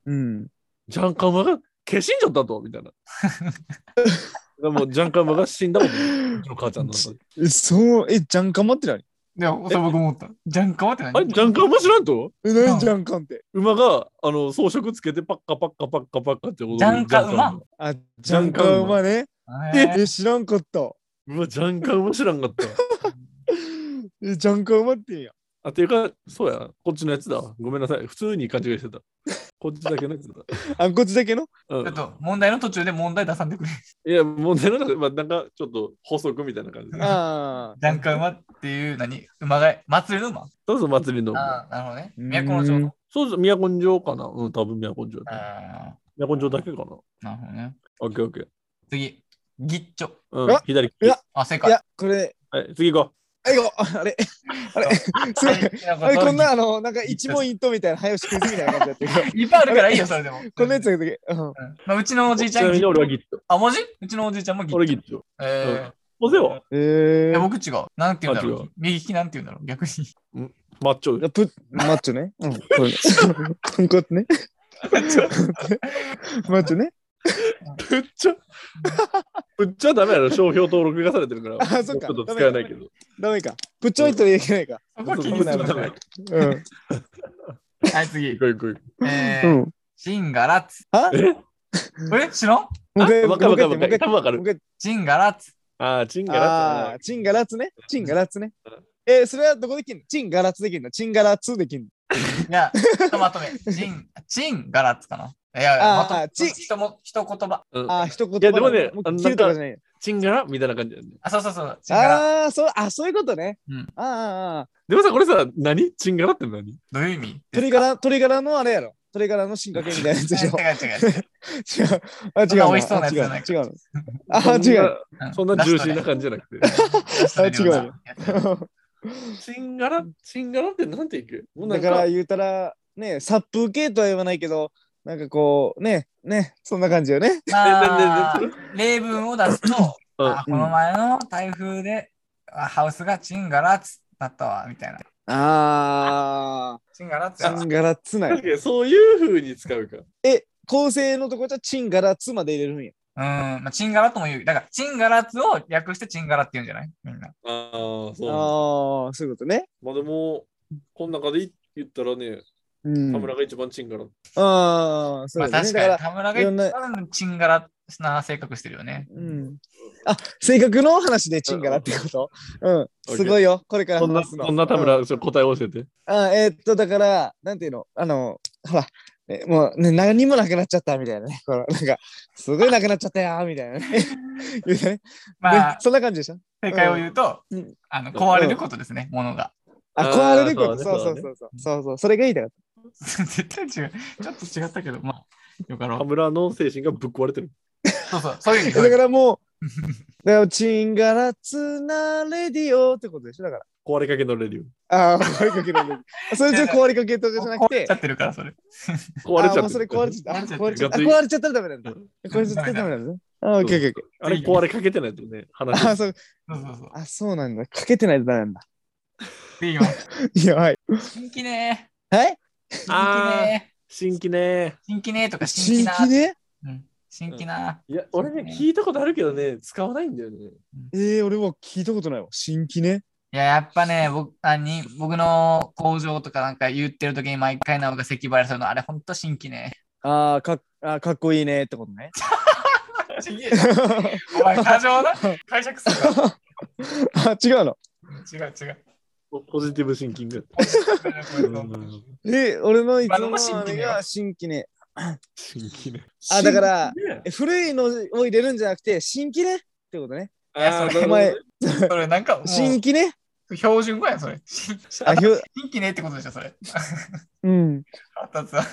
[SPEAKER 1] うん。
[SPEAKER 3] ジャンカウマが消しんじゃったとみたいな。でもジャンカウマが死んだもん、ね、うちの母ちゃんの中で。
[SPEAKER 1] え、そう、え、ジャンカマって何
[SPEAKER 2] でも、そう僕も思った。ジャンカワって何
[SPEAKER 3] あれ、ジャンカンも知らんと
[SPEAKER 1] え、何じゃんかんって。
[SPEAKER 3] 馬が、あの、装飾つけてパッカパッカパッカパッカって踊る。
[SPEAKER 2] ジャンカン馬
[SPEAKER 1] あ、ジャンカン馬ね。
[SPEAKER 2] えー
[SPEAKER 1] え、知らんかった。
[SPEAKER 3] うわ、ジャンカンも知らんかった。
[SPEAKER 1] え、ジャンカン馬って言うんや。
[SPEAKER 3] あ、ていうか、そうや、こっちのやつだわ。ごめんなさい。普通に勘違いしてた。こっちだけのやつだ。
[SPEAKER 1] あんこっちだけの
[SPEAKER 3] う
[SPEAKER 2] ちょっ
[SPEAKER 3] ん、
[SPEAKER 2] と問題の途中で問題出さんでくれ。
[SPEAKER 3] いや、問題なかった。まあ、なんか、ちょっと補足みたいな感じ。
[SPEAKER 1] あ
[SPEAKER 2] ジャンカ馬っていう何馬が祭りの馬
[SPEAKER 3] そうそう、祭りの。
[SPEAKER 2] ああ、なるほどね。
[SPEAKER 1] うん
[SPEAKER 2] 都の城の。
[SPEAKER 3] そうそう、宮古城かな。うん、多分宮古城だ。
[SPEAKER 2] あ
[SPEAKER 3] 宮古城だけかな。
[SPEAKER 2] あ、なるほどね。
[SPEAKER 3] オッケーオッケー。
[SPEAKER 2] 次、ギッチョ。
[SPEAKER 3] う
[SPEAKER 1] うんわ、
[SPEAKER 3] 左利き。
[SPEAKER 1] うわ
[SPEAKER 2] あ、正
[SPEAKER 1] あ。い
[SPEAKER 2] 解。
[SPEAKER 1] や、これ、
[SPEAKER 3] はい、次行こ
[SPEAKER 1] あいこあれ、 *laughs* あれ、すいません。あれ、こんな、あの、なんか一問一答みたいな、早押しクイズみたいな感じだった *laughs* けど、
[SPEAKER 2] いっぱいあるからいいよ、それでも。
[SPEAKER 1] このやつだけ、うん。
[SPEAKER 2] うんまあ、うちのお
[SPEAKER 3] う。
[SPEAKER 2] じいち
[SPEAKER 3] ち
[SPEAKER 2] ゃ
[SPEAKER 3] なんみに、俺はギット。
[SPEAKER 2] あ、文字うちのおじいちゃんもギッ
[SPEAKER 3] 俺
[SPEAKER 2] チ
[SPEAKER 3] ギ
[SPEAKER 2] ョ。
[SPEAKER 3] ット。
[SPEAKER 2] え
[SPEAKER 3] おせは
[SPEAKER 1] え
[SPEAKER 2] ーいや
[SPEAKER 1] ー、
[SPEAKER 2] 僕違う。なんて言うんだろ
[SPEAKER 3] あ違
[SPEAKER 2] う。右利きなんて言うんだろう、
[SPEAKER 3] *laughs*
[SPEAKER 2] 逆に。
[SPEAKER 3] マッチョで。
[SPEAKER 1] プマッチョね。うん、こ
[SPEAKER 3] *laughs*
[SPEAKER 1] れね。こんこね。マッチョね。
[SPEAKER 3] ぶっちゃ。 *laughs* ぶっちゃダメやろ。商標登録がされてるから。
[SPEAKER 1] あそっか
[SPEAKER 3] ちょっと使えないけど。
[SPEAKER 1] ダメか。プッチョイと言えないか。
[SPEAKER 2] そこ
[SPEAKER 3] そ
[SPEAKER 2] は
[SPEAKER 3] うそ
[SPEAKER 2] 気
[SPEAKER 3] う
[SPEAKER 2] に
[SPEAKER 3] ぶっ
[SPEAKER 2] するな
[SPEAKER 3] ちゃダメ。行
[SPEAKER 1] うん。
[SPEAKER 2] はい、次。
[SPEAKER 3] *laughs* こう行こう行こ
[SPEAKER 2] え
[SPEAKER 1] う
[SPEAKER 2] ー、
[SPEAKER 1] ん。
[SPEAKER 2] シンガラッツ。
[SPEAKER 1] あ
[SPEAKER 3] うえ
[SPEAKER 2] え、知らん
[SPEAKER 1] もう一回、
[SPEAKER 3] あ
[SPEAKER 1] もう
[SPEAKER 3] わかる
[SPEAKER 1] 一回、も
[SPEAKER 3] わかる
[SPEAKER 1] う
[SPEAKER 3] わかる。
[SPEAKER 1] 一
[SPEAKER 3] 多分わか
[SPEAKER 1] 回。も
[SPEAKER 3] る
[SPEAKER 1] う。一
[SPEAKER 2] シンガラッツ。
[SPEAKER 3] ああ、チン
[SPEAKER 1] 回
[SPEAKER 3] ガラ
[SPEAKER 1] あ
[SPEAKER 3] ッ
[SPEAKER 1] ー、チンガラツね。チンガラツね。えー、それはどこできんのチンガラツできんのチンガラツできんの
[SPEAKER 2] いや、ちょっとまとめ。チン、チンガラッツかな。いやい
[SPEAKER 1] あ
[SPEAKER 2] や、
[SPEAKER 1] ー
[SPEAKER 2] まとめ。
[SPEAKER 1] チン
[SPEAKER 2] ひとも、一言葉。
[SPEAKER 3] ツ。うん
[SPEAKER 1] あー、一言。
[SPEAKER 3] いやでもね
[SPEAKER 1] う
[SPEAKER 3] あの
[SPEAKER 1] 切るとかじゃない。
[SPEAKER 3] チンガラみたいな感じだよね。
[SPEAKER 2] あ、そうそうそう。チンガラ。
[SPEAKER 1] あー、そう、あ、そういうことね。
[SPEAKER 2] うん
[SPEAKER 1] あーあーあ
[SPEAKER 3] でもさ、これさ、何チンガラって何
[SPEAKER 2] どういう意味
[SPEAKER 1] ー、鳥柄、鳥柄のあれやろ。鳥柄の進化系みたいなやつでしょ。
[SPEAKER 2] 違う違う違う。
[SPEAKER 1] *laughs* 違う。あ、違う
[SPEAKER 2] そんな
[SPEAKER 1] の。
[SPEAKER 2] 美味しそうなやつじゃ
[SPEAKER 1] あ
[SPEAKER 2] ない
[SPEAKER 1] 違うの。違うのあ、違う。
[SPEAKER 2] うん
[SPEAKER 3] そんなジューシーな感じじゃなくて。
[SPEAKER 2] ラストで
[SPEAKER 1] *laughs* あ違うよ
[SPEAKER 2] ラストで
[SPEAKER 3] *laughs* チンガラ、チンガラってなんていくもうな
[SPEAKER 1] だ
[SPEAKER 3] ん
[SPEAKER 1] から言うたら、ね、殺風景とは言わないけど、なんかこう、ね、ね、そんな感じよね。
[SPEAKER 2] まあ、例文を出すと、
[SPEAKER 3] うん
[SPEAKER 2] あこの前の台風で、あハウスがチンガラッツだったわ、みたいな。
[SPEAKER 1] あ
[SPEAKER 2] チンガラッツ
[SPEAKER 1] チ
[SPEAKER 2] やわ
[SPEAKER 1] ンガラツない。
[SPEAKER 3] そういうふうに使うか。
[SPEAKER 1] え、構成のとこじゃチンガラツまで入れるんや。
[SPEAKER 2] うん、まあ、チンガラとも言う。だから、チンガラッツを略してチンガラって言うんじゃないみんな。
[SPEAKER 3] ああ、そうなん
[SPEAKER 1] ああ、
[SPEAKER 3] だ。
[SPEAKER 1] そういうことね。
[SPEAKER 3] まあでも、この中で言ったらね、
[SPEAKER 1] うん
[SPEAKER 3] 田、村が一番チンガラ。
[SPEAKER 1] ああ、そ
[SPEAKER 2] ま
[SPEAKER 1] う
[SPEAKER 2] あ、
[SPEAKER 1] だね。
[SPEAKER 2] 確
[SPEAKER 1] だから、
[SPEAKER 2] かに、田村が
[SPEAKER 1] いろんな
[SPEAKER 2] 一番チンガラな性格してるよね。
[SPEAKER 1] うん。あ、性格の話でチンガラってことうん。すごいよ。これから
[SPEAKER 3] そんな、
[SPEAKER 1] 話すの。
[SPEAKER 3] そんな田村、それ答えを教えて。
[SPEAKER 1] あえーっと、だから、なんていうの、あの、ほら、えもう、ね、何もなくなっちゃったみたいなね。このなんか、すごいなくなっちゃったよーみたい *laughs* なね。言うてね
[SPEAKER 2] まあ
[SPEAKER 1] ね、そんな感じでしょ
[SPEAKER 2] 正解を言うと
[SPEAKER 1] うん、
[SPEAKER 2] あの壊れることですね、ものが。 *laughs*
[SPEAKER 1] あ、
[SPEAKER 3] あー
[SPEAKER 1] 壊れること。
[SPEAKER 3] そ
[SPEAKER 1] そうう
[SPEAKER 3] だね
[SPEAKER 1] そうそうそう。そうそう。それがいいだか
[SPEAKER 2] 絶対違う。ちょっと違ったけど、まあ、よかろ
[SPEAKER 3] 田
[SPEAKER 2] う。
[SPEAKER 3] 村の精神がぶっ壊れてる。
[SPEAKER 2] そうそう、そういう意味
[SPEAKER 1] ら。
[SPEAKER 2] そうい
[SPEAKER 1] だ
[SPEAKER 2] う意
[SPEAKER 1] か
[SPEAKER 2] 味。
[SPEAKER 1] らも *laughs* う、だからチンガラツナレディオってことでしょだから。
[SPEAKER 3] 壊れかけのレディ
[SPEAKER 1] ああ、壊れかけのレディオ。それじゃ壊れかけとかじゃなく
[SPEAKER 2] 壊れ
[SPEAKER 1] て
[SPEAKER 2] ちゃ、ってるから、それ。
[SPEAKER 3] オ。壊れち
[SPEAKER 1] あー
[SPEAKER 3] ゃっ
[SPEAKER 1] もう
[SPEAKER 3] て
[SPEAKER 1] それ
[SPEAKER 3] る
[SPEAKER 1] *laughs* 壊れちゃった。あ壊れちゃった。あ
[SPEAKER 3] ガツリ
[SPEAKER 1] 壊れちゃったらダメなんだ。壊れちゃったらダメなんだね。あー、オッケーオッケーオッケー。
[SPEAKER 3] あれ壊れかけてないとね、
[SPEAKER 1] *laughs* あ
[SPEAKER 3] 話。
[SPEAKER 1] ーそう
[SPEAKER 2] そうそうそう。
[SPEAKER 1] あ、そうなんだ。かけてないとダメなんだ。
[SPEAKER 2] 次行きます。
[SPEAKER 1] いや、はい。
[SPEAKER 2] 新規ね
[SPEAKER 1] はい
[SPEAKER 2] ー。新
[SPEAKER 3] あー
[SPEAKER 2] 規ね
[SPEAKER 3] 新規ね。
[SPEAKER 2] ー。新規ねーとか新
[SPEAKER 1] 新
[SPEAKER 2] 規な
[SPEAKER 1] 規
[SPEAKER 2] ー。
[SPEAKER 1] ね
[SPEAKER 2] うん新規なー。
[SPEAKER 3] いや、俺ね、聞いたことあるけどね、使わないんだよね。
[SPEAKER 1] ええ俺も聞いたことないわ。新規ね。
[SPEAKER 2] いや、やっぱね、僕あに僕の工場とかなんか言ってる時に毎回なおが咳払いするの、あれほんと新規ね
[SPEAKER 1] ああ、かっ、あーかっこいいねってことね。
[SPEAKER 2] ー。ちげえよお前、過剰な解釈するか
[SPEAKER 1] *laughs* あ、違うの。
[SPEAKER 2] ら。違う違う。
[SPEAKER 3] ポジティブシンキング。
[SPEAKER 1] え、俺のいつ
[SPEAKER 2] 今の
[SPEAKER 1] も
[SPEAKER 2] も新
[SPEAKER 1] のあれ
[SPEAKER 2] 規ね
[SPEAKER 1] が新規ね。
[SPEAKER 3] 新規ね。
[SPEAKER 1] あ、だから、
[SPEAKER 3] ね
[SPEAKER 1] え古いのを入れるんじゃなくて、新規ねってことね。
[SPEAKER 3] あ
[SPEAKER 2] いやそれ
[SPEAKER 3] ー
[SPEAKER 1] お前、
[SPEAKER 2] それなんかもう
[SPEAKER 1] 新規ね。
[SPEAKER 2] 標準語やんそれ。新
[SPEAKER 1] あ、ひょ、
[SPEAKER 2] 規ねってことでしょ、それ。
[SPEAKER 1] うん。
[SPEAKER 2] あったつは。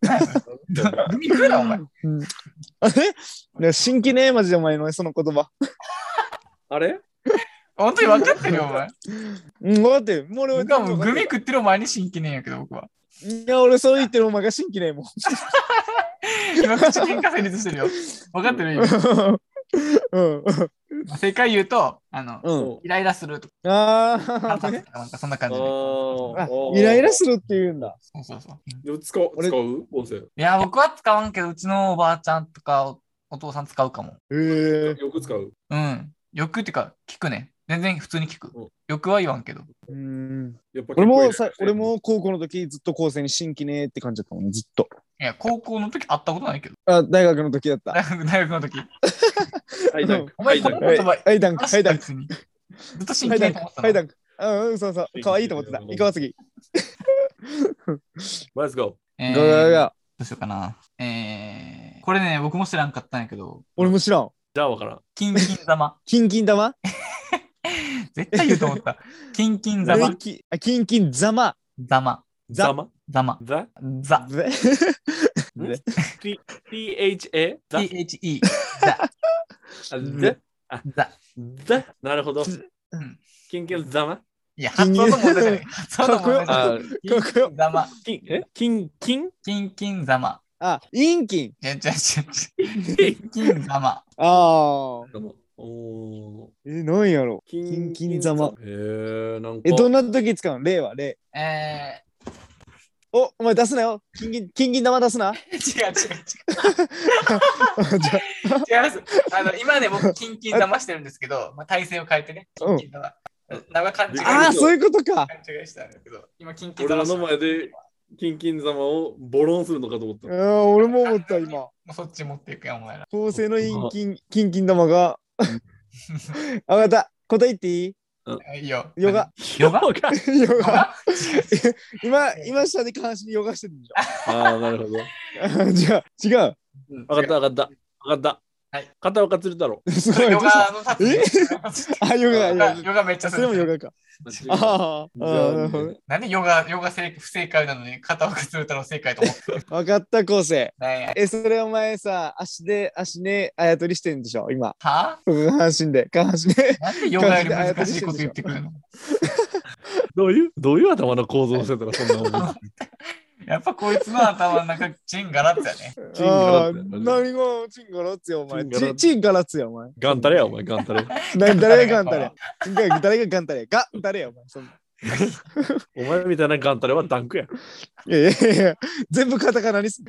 [SPEAKER 2] 何やそれ
[SPEAKER 3] なるほど
[SPEAKER 2] グミ食うな、お前。
[SPEAKER 1] うんあれいや新規ね、マジでお前のその言葉。
[SPEAKER 3] あれ
[SPEAKER 2] 本当に分かってるよ、お前。
[SPEAKER 1] うん、分かってる。もう俺
[SPEAKER 2] 僕はもうグミ
[SPEAKER 1] い
[SPEAKER 2] 食ってるお前に新規ねんやけど、僕は。
[SPEAKER 1] や、俺そう言ってるお前が新規ね、もう。
[SPEAKER 2] 今、口喧嘩成立してるよ。分かってるよ。
[SPEAKER 1] うん。
[SPEAKER 2] 今正解言うと、あの、
[SPEAKER 1] うん。
[SPEAKER 2] イライラするとか、
[SPEAKER 1] あ
[SPEAKER 2] 腹立
[SPEAKER 1] あ、
[SPEAKER 2] つとか、なんかそんな感じで。
[SPEAKER 3] あ
[SPEAKER 1] あ
[SPEAKER 3] ー
[SPEAKER 1] イライラするって言うんだ。
[SPEAKER 2] そうそうそう。い
[SPEAKER 3] でも使う
[SPEAKER 1] 俺
[SPEAKER 3] 使う音声。
[SPEAKER 2] や、僕は使わんけど、うちのおばあちゃんとかおお父さん使うか
[SPEAKER 1] へ
[SPEAKER 2] も。
[SPEAKER 1] え。
[SPEAKER 3] よく使う。
[SPEAKER 2] うん。よくっていうか、聞くね。全然普通に聞く
[SPEAKER 3] うん。
[SPEAKER 2] よくは言わんけど。
[SPEAKER 1] うん
[SPEAKER 3] やっぱ
[SPEAKER 1] 俺も
[SPEAKER 3] 結構
[SPEAKER 1] さ
[SPEAKER 3] いい
[SPEAKER 1] 俺も高校の時ずっと高生に新規ねーって感じだったもんねずっと
[SPEAKER 2] いや、高校の時会ったことない
[SPEAKER 3] *laughs*
[SPEAKER 2] けど。
[SPEAKER 1] あ大学の時だった
[SPEAKER 2] 大学大学の時。
[SPEAKER 3] はいダンク
[SPEAKER 2] お
[SPEAKER 3] は
[SPEAKER 2] 前
[SPEAKER 3] いダンク
[SPEAKER 1] はいはいダンク
[SPEAKER 2] マ
[SPEAKER 1] は
[SPEAKER 2] ジ
[SPEAKER 1] い
[SPEAKER 2] で
[SPEAKER 1] ダンク
[SPEAKER 2] 別に。ずっと真
[SPEAKER 1] はいダ
[SPEAKER 2] 剣
[SPEAKER 1] ン
[SPEAKER 2] と
[SPEAKER 1] ク
[SPEAKER 2] 思って
[SPEAKER 1] は
[SPEAKER 2] た
[SPEAKER 1] いダ
[SPEAKER 2] の。
[SPEAKER 1] ンクうんうんそうそう可愛いと思ってた行こう次
[SPEAKER 3] レッツゴ
[SPEAKER 2] えー
[SPEAKER 1] ガガガ
[SPEAKER 2] ど
[SPEAKER 1] ガ
[SPEAKER 2] うしようかな。えー、これね、僕も知らんかったんやけど、
[SPEAKER 1] 俺も知らん
[SPEAKER 3] ーじゃあわからん
[SPEAKER 2] キンキン玉。
[SPEAKER 1] キンキン玉
[SPEAKER 2] *laughs* 絶対言うと思
[SPEAKER 3] *laughs*
[SPEAKER 2] った。キンキン
[SPEAKER 1] キ
[SPEAKER 2] 玉
[SPEAKER 1] ン。キあキンキンざま
[SPEAKER 2] ざま。
[SPEAKER 1] ザ
[SPEAKER 3] ザマ
[SPEAKER 2] ざま。
[SPEAKER 3] ザ
[SPEAKER 2] ざ。
[SPEAKER 1] ぜぜ
[SPEAKER 3] T- ?THA? ザ
[SPEAKER 2] T-H-E。
[SPEAKER 3] あ
[SPEAKER 1] ん
[SPEAKER 3] ザ
[SPEAKER 2] ざ。
[SPEAKER 3] ザなるほど
[SPEAKER 1] ず。
[SPEAKER 3] キンキンザマ
[SPEAKER 2] いや、発音の問題じゃない。発音の問題
[SPEAKER 3] *laughs*
[SPEAKER 2] じゃない。
[SPEAKER 3] あ
[SPEAKER 2] キンキンざま。
[SPEAKER 3] キン、えキン、キン
[SPEAKER 2] キンキンざま。
[SPEAKER 1] *laughs* あインキン
[SPEAKER 2] いや、違う違う
[SPEAKER 1] *laughs*
[SPEAKER 2] 違う。キンキンざま。
[SPEAKER 1] ああ
[SPEAKER 3] おー
[SPEAKER 1] えなんやろ
[SPEAKER 3] キ
[SPEAKER 1] ンキンザマ
[SPEAKER 3] へえ、なんか。
[SPEAKER 1] えどんな時使うの例は例
[SPEAKER 2] え
[SPEAKER 1] おお前出すなよキンキンキンキン玉出すな *laughs*
[SPEAKER 2] ー、違う違う違う。
[SPEAKER 1] じゃ
[SPEAKER 2] 違います。あの今ね、僕、キンキン騙してるんですけど、まあ、体勢を変えてね、キンキン騙。名は勘違い
[SPEAKER 1] ああーそういうことか
[SPEAKER 2] 勘違いしたんだけど、今、キンキン騙
[SPEAKER 3] 俺ら
[SPEAKER 2] して
[SPEAKER 3] の前で、キンキン様をボロンするのかと思った。
[SPEAKER 1] うん俺も思った今
[SPEAKER 2] もうそっち持っていくやん、お前ら。
[SPEAKER 1] 高生のインキン、キンキン玉が。 *laughs* あ、わかった。答え言っていい
[SPEAKER 2] いいよ。
[SPEAKER 1] ヨガ。
[SPEAKER 2] ヨガ
[SPEAKER 1] ヨ
[SPEAKER 2] ヨ
[SPEAKER 1] ガ
[SPEAKER 2] ガ
[SPEAKER 1] 今、今下で下半身ヨガしてるんじ
[SPEAKER 3] ああ、なるほど。
[SPEAKER 1] ゃん。 *laughs* じゃあ、違う。
[SPEAKER 2] うん
[SPEAKER 3] わかった、わかった。わかった。
[SPEAKER 2] はい。
[SPEAKER 3] 片岡
[SPEAKER 2] *laughs*
[SPEAKER 3] 鶴太郎。
[SPEAKER 1] すごい。
[SPEAKER 2] ヨ
[SPEAKER 1] どうした
[SPEAKER 2] ガの達人。
[SPEAKER 1] *laughs* あ、ヨガ、
[SPEAKER 2] ヨ
[SPEAKER 1] ヨガ。
[SPEAKER 2] ガヨガめっちゃ
[SPEAKER 1] そ
[SPEAKER 2] す
[SPEAKER 1] れも。
[SPEAKER 2] る
[SPEAKER 1] ヨガか。
[SPEAKER 3] じゃ
[SPEAKER 1] あーあー、なるほ
[SPEAKER 3] あ、
[SPEAKER 2] なんでヨガ、ヨガ正不正解なのに、片岡鶴太郎正解と思って
[SPEAKER 1] ど。わかった、高生。
[SPEAKER 2] ない
[SPEAKER 1] え、それお前さ、足で、足ね、あやとりしてんでしょ、今。
[SPEAKER 2] は
[SPEAKER 1] 下半身で、下半身で。
[SPEAKER 2] なんでヨガより難しいこと言ってくるの
[SPEAKER 3] どういう、どういう頭の構造してたら、そんな思
[SPEAKER 2] *laughs*
[SPEAKER 3] う。
[SPEAKER 2] やっぱこいつの頭の中、 *laughs* チンガラッツやね。
[SPEAKER 3] チンガラ
[SPEAKER 1] あ
[SPEAKER 3] ッツや
[SPEAKER 1] ー何がチンガラッツよ、お前。
[SPEAKER 3] チンガラッツ
[SPEAKER 1] チチンガラッツよ、お前。
[SPEAKER 3] ガンタレや、お前、ガンタレ。
[SPEAKER 1] な誰がガンタ
[SPEAKER 2] ガ
[SPEAKER 1] レチンガラ誰がガンタレガンタレよ、お前。そんな
[SPEAKER 3] お前みたいなガンタレはダンクや。
[SPEAKER 1] いやいやいや、全部カタカナにす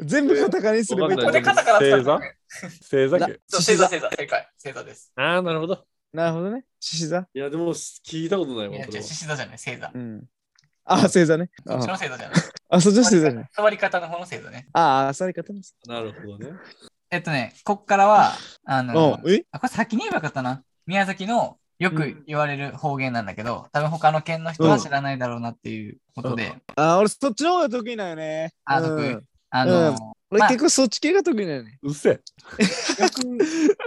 [SPEAKER 1] 全部カタカナにすればいい
[SPEAKER 2] ここで片から
[SPEAKER 3] 正
[SPEAKER 2] 来た
[SPEAKER 3] 座正座
[SPEAKER 1] な
[SPEAKER 3] 家。
[SPEAKER 2] *laughs* そう、正座、正座、正解。正座です。
[SPEAKER 3] ああ、なるほど。
[SPEAKER 1] なるほどね。獅子座
[SPEAKER 3] いや、でも、聞いたことない
[SPEAKER 2] い
[SPEAKER 3] わ
[SPEAKER 2] や、。じゃあ、獅子座じゃない、正座。
[SPEAKER 1] うん。あ、星座ね。
[SPEAKER 2] そっち
[SPEAKER 1] あ、
[SPEAKER 2] の正座じゃない。
[SPEAKER 1] あそっちの星座ね。
[SPEAKER 2] 座り方の方の正座ね。
[SPEAKER 1] あ、あさり方です。
[SPEAKER 3] なるほ
[SPEAKER 2] *laughs*
[SPEAKER 3] どね。
[SPEAKER 2] えっとね、こっからは、あ
[SPEAKER 1] う
[SPEAKER 2] の、
[SPEAKER 1] ん。え
[SPEAKER 2] あこれ先に言えばよかったな。宮崎のよく言われる方言なんだけど、多分他の県の人は知らないだろうなっていうことで、
[SPEAKER 1] あ、俺そっちの方が得意なんよね。
[SPEAKER 2] あ
[SPEAKER 1] うん
[SPEAKER 2] 得意あの、
[SPEAKER 1] うん俺
[SPEAKER 2] まあ
[SPEAKER 1] 結、構そっち系が得意なんよね。
[SPEAKER 3] うっせえ。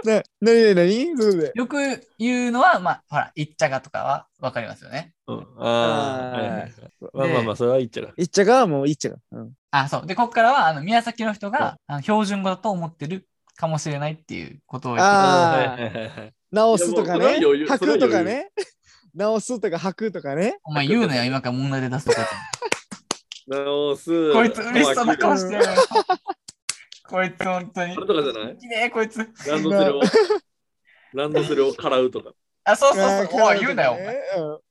[SPEAKER 1] な、なになになにそうで。
[SPEAKER 2] よく言うのは、まあ、ほら、いっちゃがとかはわかりますよね。
[SPEAKER 3] うん。ああ、はいはいはい。まあまあまあ、それはいいっちゃな。
[SPEAKER 1] いっちゃがもういっちゃが。うん。
[SPEAKER 2] あ、そう。で、こっからは、あの、宮崎の人が、あの標準語だと思ってるかもしれないっていうことを言って
[SPEAKER 1] あ
[SPEAKER 3] はい
[SPEAKER 1] あ、
[SPEAKER 3] はいはいはい。
[SPEAKER 1] 直すとかね
[SPEAKER 3] いやもうそれは余。裕
[SPEAKER 1] 吐くとか
[SPEAKER 3] それは
[SPEAKER 1] ね。直すとか吐くとかね。
[SPEAKER 2] お前言うなよ、今から問題で出すとか。
[SPEAKER 3] *laughs* 直す。
[SPEAKER 2] こいつ嬉しそうな顔してる
[SPEAKER 1] う。
[SPEAKER 2] *laughs* こいつ本当に
[SPEAKER 3] こ。れとかじゃない
[SPEAKER 2] いいね、こいつ。
[SPEAKER 3] ランドセ
[SPEAKER 2] *laughs*
[SPEAKER 3] ルを。ランドセルをからうとか。
[SPEAKER 2] あ、そうそう
[SPEAKER 1] あ
[SPEAKER 2] そ
[SPEAKER 1] ー
[SPEAKER 2] う。おい、言うなよ、お前。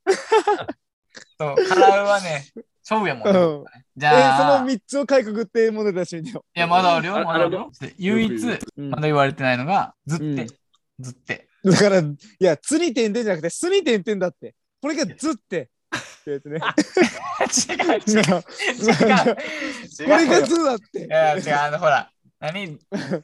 [SPEAKER 2] そう、からうはね、勝負やもんね、
[SPEAKER 1] うん
[SPEAKER 2] じ
[SPEAKER 1] えー、そ
[SPEAKER 2] ゃあ、
[SPEAKER 1] の
[SPEAKER 2] い
[SPEAKER 1] 3つをかいくぐってもの出してみてよ。
[SPEAKER 2] や、まだあるよ、
[SPEAKER 3] あ
[SPEAKER 2] まだある
[SPEAKER 3] あれ
[SPEAKER 2] よ。唯一、
[SPEAKER 3] よく
[SPEAKER 1] うん
[SPEAKER 2] まだ言われてないのが、ずって、
[SPEAKER 1] うん
[SPEAKER 2] ずって。 *laughs*
[SPEAKER 1] だから、いや、つに点々じゃなくて、すに点々だって。これがずって。ってやつね。
[SPEAKER 2] 違う、違う、違う。
[SPEAKER 1] 違う *laughs* これ
[SPEAKER 2] 違う
[SPEAKER 1] が
[SPEAKER 2] よ
[SPEAKER 1] ずだって。
[SPEAKER 2] いや、違う、あの、ほら、何、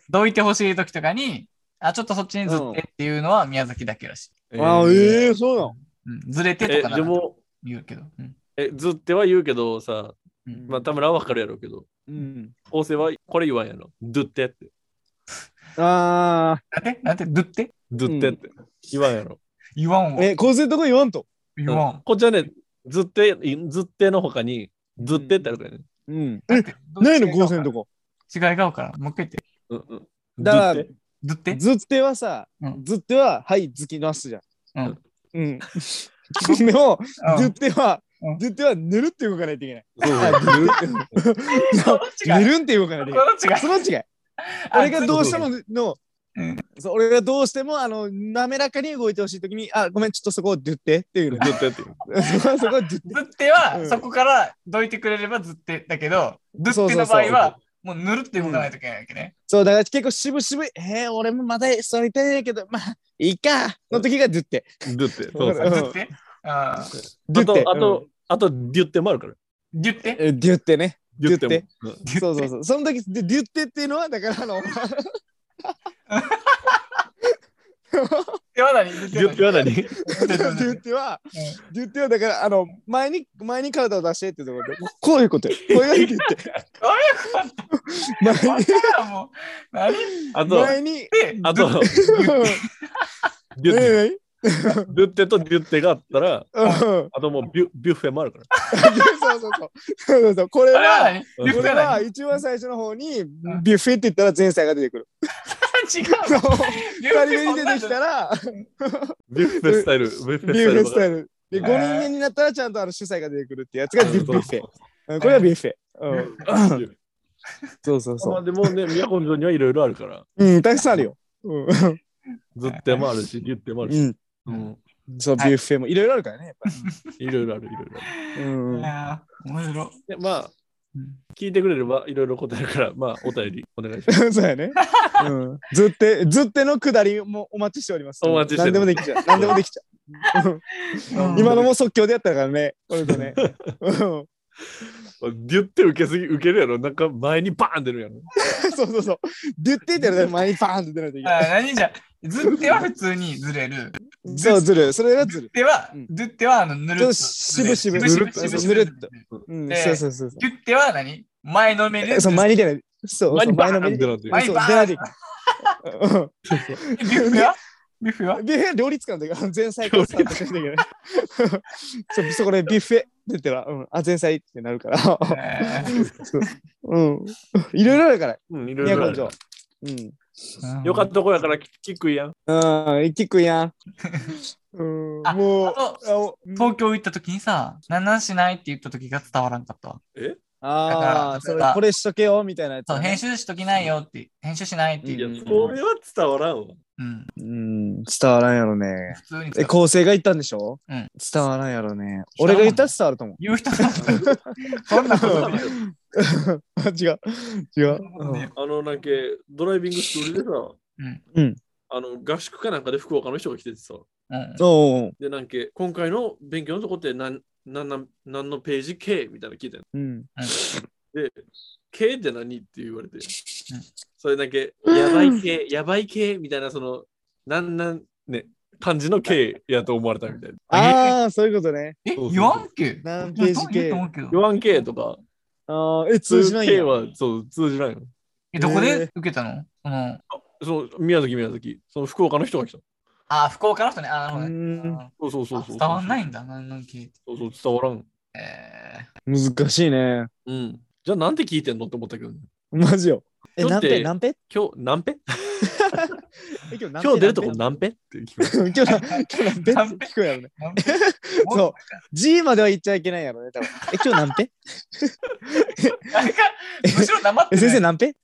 [SPEAKER 2] どいてほしい時とかに、あ、ちょっとそっちにずってっていうのは宮崎だけらしい。
[SPEAKER 1] ああ、ええー、そうなの。
[SPEAKER 2] うん、ずれて
[SPEAKER 3] え
[SPEAKER 2] とかな
[SPEAKER 3] で
[SPEAKER 2] ら
[SPEAKER 3] も、
[SPEAKER 2] 言うけど。うん
[SPEAKER 3] え、ずっては言うけどさ、
[SPEAKER 2] うん
[SPEAKER 3] まあ、田村はわかるやろうけど、
[SPEAKER 1] うん。
[SPEAKER 3] 構成はこれ言わんやろ。ずってって。
[SPEAKER 1] あ
[SPEAKER 2] なんてなんて、ずって
[SPEAKER 3] ずってって。言わんやろ。
[SPEAKER 2] 言わん
[SPEAKER 1] あ、
[SPEAKER 2] わ。
[SPEAKER 1] え、構成とこ言わんと。
[SPEAKER 2] 言わん。
[SPEAKER 3] こっちはね、ずって、ずってのほかに、ずってってあるからね。
[SPEAKER 1] うん。
[SPEAKER 2] だ
[SPEAKER 1] え
[SPEAKER 2] っ、て
[SPEAKER 1] ないの構成のとこ。
[SPEAKER 2] 違いが分からん。もう一回言って。
[SPEAKER 3] うんうん。
[SPEAKER 1] だから
[SPEAKER 3] ずって
[SPEAKER 2] ずって
[SPEAKER 1] ずってはさ
[SPEAKER 2] う、ん
[SPEAKER 1] ずっては、はい、ずきのすじゃん。
[SPEAKER 2] うん。
[SPEAKER 1] うん。でも、
[SPEAKER 2] うん
[SPEAKER 1] ずっては
[SPEAKER 2] うん、
[SPEAKER 1] ずっては、ぬるって動かないといけない。
[SPEAKER 3] そうそう
[SPEAKER 1] あぬるって *laughs*
[SPEAKER 2] この違い
[SPEAKER 1] ぬるんって動かないといけない。
[SPEAKER 2] この違い
[SPEAKER 1] その違い。
[SPEAKER 2] あ
[SPEAKER 1] 俺がどうしてもの、
[SPEAKER 2] うん
[SPEAKER 1] そう俺がどうしてもあの滑らかに動いてほしいときに、あ、ごめん、ちょっとそこをデュってっていうの。
[SPEAKER 3] ずってって。
[SPEAKER 1] *laughs* そこそこをデュって
[SPEAKER 2] ずっては、
[SPEAKER 1] うん
[SPEAKER 2] そこからどいてくれればずってだけど、ず
[SPEAKER 1] そ
[SPEAKER 2] っ
[SPEAKER 1] う
[SPEAKER 2] て
[SPEAKER 1] そう
[SPEAKER 2] の
[SPEAKER 1] そ
[SPEAKER 2] 場
[SPEAKER 1] う
[SPEAKER 2] 合は、もうぬるって動かないといけないわけね。
[SPEAKER 1] そう、だから結構渋々、えー、俺もまだ座りたいんやけど、まあ、いいかの時がドゥって。
[SPEAKER 3] ドゥって。
[SPEAKER 1] う
[SPEAKER 3] そ
[SPEAKER 1] ん
[SPEAKER 3] う
[SPEAKER 2] ず
[SPEAKER 3] そ
[SPEAKER 1] うん
[SPEAKER 3] う
[SPEAKER 2] って。あー
[SPEAKER 1] ドゥ
[SPEAKER 3] あ
[SPEAKER 1] って。
[SPEAKER 3] と、あと、あと、デュってもあるから。
[SPEAKER 2] ギュって。
[SPEAKER 1] うん、えデュってね。
[SPEAKER 3] デュっても
[SPEAKER 1] デュっ。
[SPEAKER 3] うん
[SPEAKER 1] そうそうそう。その時、デュデュってっていうのは、だからあの、
[SPEAKER 2] 手は何
[SPEAKER 3] デュっては何
[SPEAKER 1] デュっては、デュってはだから、あの、前に、前に体を出してってところで、こういうことよ。こういうことって言って。前に、
[SPEAKER 2] はもう、何
[SPEAKER 3] あと、
[SPEAKER 1] *laughs* 前に、
[SPEAKER 2] で、
[SPEAKER 3] あと、デュって。
[SPEAKER 1] え
[SPEAKER 3] デュってとデュってがあっ
[SPEAKER 1] *laughs*
[SPEAKER 3] たら、
[SPEAKER 1] えうん
[SPEAKER 3] あともうビュビュッフェもあるから。
[SPEAKER 1] そうそうそう。そうそうそう。これ
[SPEAKER 2] あれは
[SPEAKER 1] は、
[SPEAKER 2] 何ギ
[SPEAKER 3] うん
[SPEAKER 2] ュ
[SPEAKER 1] こ
[SPEAKER 2] ッ
[SPEAKER 1] れ
[SPEAKER 2] ては
[SPEAKER 1] は
[SPEAKER 2] 何
[SPEAKER 1] 一番最初の方に、ビュッフェって言ったら前菜が出てくる。
[SPEAKER 2] 違う
[SPEAKER 1] そ
[SPEAKER 2] わ
[SPEAKER 1] う。
[SPEAKER 2] ギュ
[SPEAKER 1] 2
[SPEAKER 2] ッ
[SPEAKER 1] 人
[SPEAKER 2] て
[SPEAKER 1] 目に出
[SPEAKER 2] そんなん
[SPEAKER 1] て
[SPEAKER 2] じ
[SPEAKER 1] き
[SPEAKER 2] ゃ
[SPEAKER 1] たら、
[SPEAKER 3] ビュッフェスタイル、ビュッフ
[SPEAKER 1] ビュ
[SPEAKER 3] ェ
[SPEAKER 1] ッフェス
[SPEAKER 3] スタ
[SPEAKER 1] タ
[SPEAKER 3] イル
[SPEAKER 1] イル。で、
[SPEAKER 2] へ
[SPEAKER 1] 5
[SPEAKER 2] ー
[SPEAKER 1] 人目になったらちゃんとあの主催が出てくるってやつがビュッ
[SPEAKER 3] だから。
[SPEAKER 1] フェ。
[SPEAKER 3] そう
[SPEAKER 1] うんこれはビュッフェ。うん
[SPEAKER 3] そうそ
[SPEAKER 1] そう
[SPEAKER 3] う
[SPEAKER 1] そう
[SPEAKER 3] ま
[SPEAKER 1] そ
[SPEAKER 3] あでもね、宮古島にはいろいろあるから、
[SPEAKER 1] う。うん、たくさんあるよ。うん。
[SPEAKER 3] ずってもあるし、デュってもある
[SPEAKER 1] う
[SPEAKER 3] し、
[SPEAKER 1] ん
[SPEAKER 3] うん
[SPEAKER 1] そう、ビ
[SPEAKER 2] はい
[SPEAKER 1] ュッフェもいろいろあるからね、やっぱ
[SPEAKER 3] いろいろある、いろいろある。
[SPEAKER 1] り。うん
[SPEAKER 2] いやー面白い。
[SPEAKER 3] で、まあ
[SPEAKER 2] うん、
[SPEAKER 3] 聞いてくれればいろいろ答えるから、まあ、お便りお願いします。
[SPEAKER 1] うん。 *laughs* そうやね。うん。ずって、ずってのくだりもお待ちしております。
[SPEAKER 3] お待ちして
[SPEAKER 1] 何でもできちゃう。何でもできちゃう。うん
[SPEAKER 2] うん
[SPEAKER 1] 今のも即興でやったからね、俺とね。うんそう
[SPEAKER 3] デュって受けすぎ、受けるやろ。なんか前にバーン出るやろ。
[SPEAKER 1] *laughs* そうそう。デュって言ったら前にパーンって出ないといけ
[SPEAKER 2] あ
[SPEAKER 1] な
[SPEAKER 2] ー何じゃ、ずっては普通にずれる。
[SPEAKER 1] い。そう、ずる。それがずる。
[SPEAKER 2] では
[SPEAKER 1] うん、
[SPEAKER 2] ずってはあのぬるっとずれる。
[SPEAKER 1] ちょっとし
[SPEAKER 2] しぶ
[SPEAKER 1] ぶ
[SPEAKER 2] し
[SPEAKER 1] し
[SPEAKER 2] ぶ
[SPEAKER 1] ぶ
[SPEAKER 2] し
[SPEAKER 1] ぬるっ
[SPEAKER 2] ぶ
[SPEAKER 1] と
[SPEAKER 2] しぶ
[SPEAKER 1] うん、
[SPEAKER 2] で
[SPEAKER 1] そうそうそうそう。
[SPEAKER 2] ギュッては何前のめで。
[SPEAKER 1] えそう、前に出ない。そう、
[SPEAKER 3] 前
[SPEAKER 1] そう
[SPEAKER 3] にバ
[SPEAKER 1] 前の
[SPEAKER 3] ー
[SPEAKER 1] め
[SPEAKER 3] ン
[SPEAKER 1] に
[SPEAKER 3] 出るっていう
[SPEAKER 2] 前。
[SPEAKER 1] そう、
[SPEAKER 2] バーン
[SPEAKER 1] 出ないでいい。うん
[SPEAKER 2] ビュッフェはビ
[SPEAKER 1] *laughs* ビ
[SPEAKER 2] ュッフェは
[SPEAKER 1] ュッフェ両立感だから、 *laughs* 前菜からスタートしなきゃいけ *laughs* ない。そうそこでビュッフェって言ったら、うん、あ、前菜ってなるから。 *laughs*
[SPEAKER 2] え
[SPEAKER 1] そううん。いろいろあるから、
[SPEAKER 3] うん、いろい
[SPEAKER 1] 宮
[SPEAKER 3] ろあ
[SPEAKER 1] 古城。。
[SPEAKER 3] る
[SPEAKER 1] うん。
[SPEAKER 2] ー
[SPEAKER 3] よかったとこやから、聞くやん。
[SPEAKER 1] うん、キックやん。うん、
[SPEAKER 2] あ
[SPEAKER 1] もう
[SPEAKER 2] あと、
[SPEAKER 1] あお
[SPEAKER 2] 東京行った時にさ、なんなんしないって言った時が伝わらんかったわ。
[SPEAKER 1] ああ、そ
[SPEAKER 2] だ
[SPEAKER 1] れ
[SPEAKER 2] から
[SPEAKER 1] これしとけよみたいなやつ
[SPEAKER 2] そう、
[SPEAKER 1] だね、
[SPEAKER 2] 編集しときないよって、編集しないって
[SPEAKER 3] い
[SPEAKER 2] いう。
[SPEAKER 3] や
[SPEAKER 1] うん、
[SPEAKER 3] それは伝わらんわ。
[SPEAKER 2] うん、
[SPEAKER 1] うん、伝わらんやろね。
[SPEAKER 2] 普通に
[SPEAKER 1] え、構成が言ったんでしょ
[SPEAKER 2] うん。
[SPEAKER 1] 伝わらんやろね。
[SPEAKER 2] 伝わら
[SPEAKER 1] 俺
[SPEAKER 2] ん
[SPEAKER 1] が言ったら伝わると思う。
[SPEAKER 2] 言う人なんだ。そんなことない。
[SPEAKER 1] *laughs* 違う。違う
[SPEAKER 2] そんなことない。
[SPEAKER 3] *laughs* あの、なんか、ドライビングスクールでさ、
[SPEAKER 2] うん。
[SPEAKER 1] うん。
[SPEAKER 3] あの、合宿かなんかで福岡の人が来ててさ、
[SPEAKER 2] うん
[SPEAKER 1] おうん。
[SPEAKER 3] で、なんか、今回の勉強のとこって何、なんなんなんのページ K みたいなの聞いたの
[SPEAKER 1] うん。
[SPEAKER 3] で、K って何って言われて、
[SPEAKER 2] ん
[SPEAKER 3] それだけ、やばい系、やばい系みたいな、その、なんなん、ね、漢字の K やと思われたみたいな。
[SPEAKER 1] ああ、そういうことね。
[SPEAKER 2] え
[SPEAKER 3] そうそうそう、
[SPEAKER 2] 言わんけ
[SPEAKER 1] 何ページ系
[SPEAKER 2] 言うと思うけど
[SPEAKER 3] 言わん K とか、
[SPEAKER 1] ああ、え、通じないんや
[SPEAKER 3] K はそう通じないよ。
[SPEAKER 2] え、どこ
[SPEAKER 1] え
[SPEAKER 2] で
[SPEAKER 1] ー
[SPEAKER 2] 受けたのその、
[SPEAKER 3] その宮崎、宮崎、その福岡の人が来た。
[SPEAKER 2] あー、福岡の人ね。あー、
[SPEAKER 1] う
[SPEAKER 2] なるほど
[SPEAKER 1] ん
[SPEAKER 2] ね。
[SPEAKER 3] そうそう
[SPEAKER 2] あ
[SPEAKER 3] そう
[SPEAKER 2] ー
[SPEAKER 3] そう。
[SPEAKER 2] 伝わんないんだ、なんなんけ。
[SPEAKER 3] そうそう、伝わらん。
[SPEAKER 2] え
[SPEAKER 1] 難しいね。
[SPEAKER 3] うん。じゃあなんて聞いてんのって思ったけど、ね、
[SPEAKER 1] マジよ。え、
[SPEAKER 3] だ
[SPEAKER 1] 何
[SPEAKER 3] って
[SPEAKER 1] ペ何ペ
[SPEAKER 3] 今日何ペ
[SPEAKER 1] え今
[SPEAKER 3] 今日出るとこ
[SPEAKER 1] な。
[SPEAKER 3] 何ペって聞く。
[SPEAKER 1] 今日な今日何ペって
[SPEAKER 2] 何
[SPEAKER 1] 聞こえやろね。
[SPEAKER 2] ーなんて
[SPEAKER 1] そう。G までは言っちゃいけないやろね、多分。え、今日何ペ
[SPEAKER 2] なんか、むしろ黙って
[SPEAKER 1] え、
[SPEAKER 2] ない。
[SPEAKER 1] 先生何ペ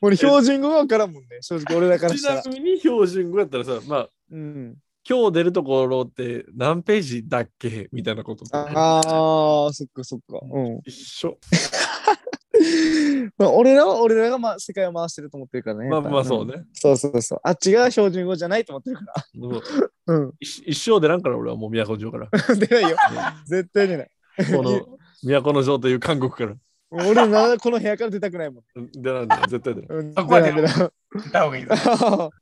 [SPEAKER 1] 俺、標準語が分からんもんね、正直俺らから
[SPEAKER 3] ち
[SPEAKER 1] した
[SPEAKER 3] *laughs* な
[SPEAKER 1] ら。
[SPEAKER 3] みに標準語やったらさ、まあ、
[SPEAKER 1] うん。
[SPEAKER 3] 今日出るところって何ページだっけみたいなことと
[SPEAKER 1] ああ、そっかそっか。うん。
[SPEAKER 3] 一緒。
[SPEAKER 1] *laughs* まあ、俺らは俺らが、まあ、世界を回してると思ってるからね。
[SPEAKER 3] まあまあそう
[SPEAKER 1] ね。
[SPEAKER 3] ね。
[SPEAKER 1] そうそうそう。あっちが標準語じゃないと思ってる *laughs* か
[SPEAKER 3] でも
[SPEAKER 1] ら。うん。
[SPEAKER 3] 一一生出らんから俺はもう都城から。
[SPEAKER 1] 出ないよ。絶対出ない。*laughs*
[SPEAKER 3] この都城という韓国から。
[SPEAKER 1] 俺な、この部屋から出たくないもん。
[SPEAKER 3] 出らんだ、絶対出らん。
[SPEAKER 1] うん、
[SPEAKER 2] そこは出
[SPEAKER 1] *laughs* な
[SPEAKER 2] ろ
[SPEAKER 1] いない
[SPEAKER 2] 言った方がいいぞ。
[SPEAKER 1] ああそ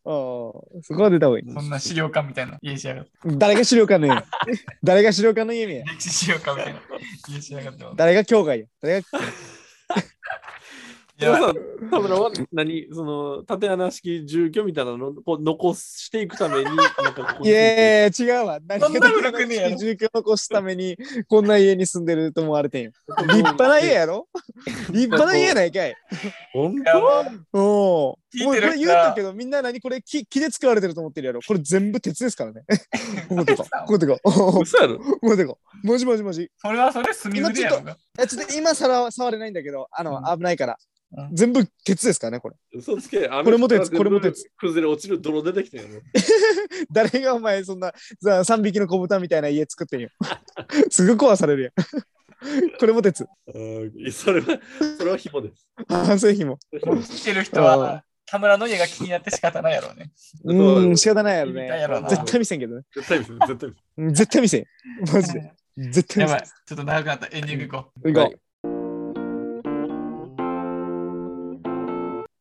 [SPEAKER 1] こは出た方がいい。
[SPEAKER 2] そんな資料館みたいな家しやがって。
[SPEAKER 1] 誰が資料館の家 *laughs* 誰が資料館の家見え
[SPEAKER 2] 歴史資料館みたいな家しやがって。
[SPEAKER 1] *laughs* 誰が教会や誰が
[SPEAKER 2] いや、
[SPEAKER 3] さ田村は何その縦穴式住居みたいなのをこう残していくためになんかここ
[SPEAKER 1] い
[SPEAKER 3] に
[SPEAKER 1] やいや違うわ。何が
[SPEAKER 2] そんな古くねえやろ
[SPEAKER 1] 住居残すためにこんな家に住んでると思われてんよ。立派な家やろ立派な家やないかい。
[SPEAKER 3] 本
[SPEAKER 2] いや
[SPEAKER 3] 当
[SPEAKER 2] もう
[SPEAKER 1] おお
[SPEAKER 2] 聞
[SPEAKER 1] ー。
[SPEAKER 2] いてる
[SPEAKER 1] もうこれ言った
[SPEAKER 2] さ
[SPEAKER 1] けどみんな何これ木木で作られてると思ってるやろ。これ全部鉄ですから
[SPEAKER 2] *laughs*
[SPEAKER 1] ね。こことか。こことか。おーこ
[SPEAKER 3] 嘘やろ
[SPEAKER 1] *laughs* ことか。もしもしもし。
[SPEAKER 2] それはそれ墨塗りやろうが。
[SPEAKER 1] えちょっと今さら触れないんだけど、あの、
[SPEAKER 2] う
[SPEAKER 1] 危ないから
[SPEAKER 2] うん。
[SPEAKER 1] 全部鉄ですからね、これ。
[SPEAKER 3] 嘘つけ。
[SPEAKER 1] これも鉄これも鉄。
[SPEAKER 3] 崩れ落ちる泥出てきたよね。
[SPEAKER 1] 誰がお前そんなさ3匹の子豚みたいな家作ってんよ。すぐ壊されるやん。 *laughs* これも鉄。
[SPEAKER 3] あーそれは、それは紐です。
[SPEAKER 1] あ、そういう日も。
[SPEAKER 2] 来てる人は、田村の家が気になって仕方ないやろうね。
[SPEAKER 1] うーん、仕方ないやろね
[SPEAKER 2] 見たいやろ。な
[SPEAKER 1] 絶対見せんけどね。
[SPEAKER 3] 絶対です。絶対です。
[SPEAKER 1] うん絶対見せん。マジで。絶対
[SPEAKER 2] や
[SPEAKER 1] 見
[SPEAKER 2] ばい、ちょっと長くなった。エンディングいこ
[SPEAKER 1] せん。行こう。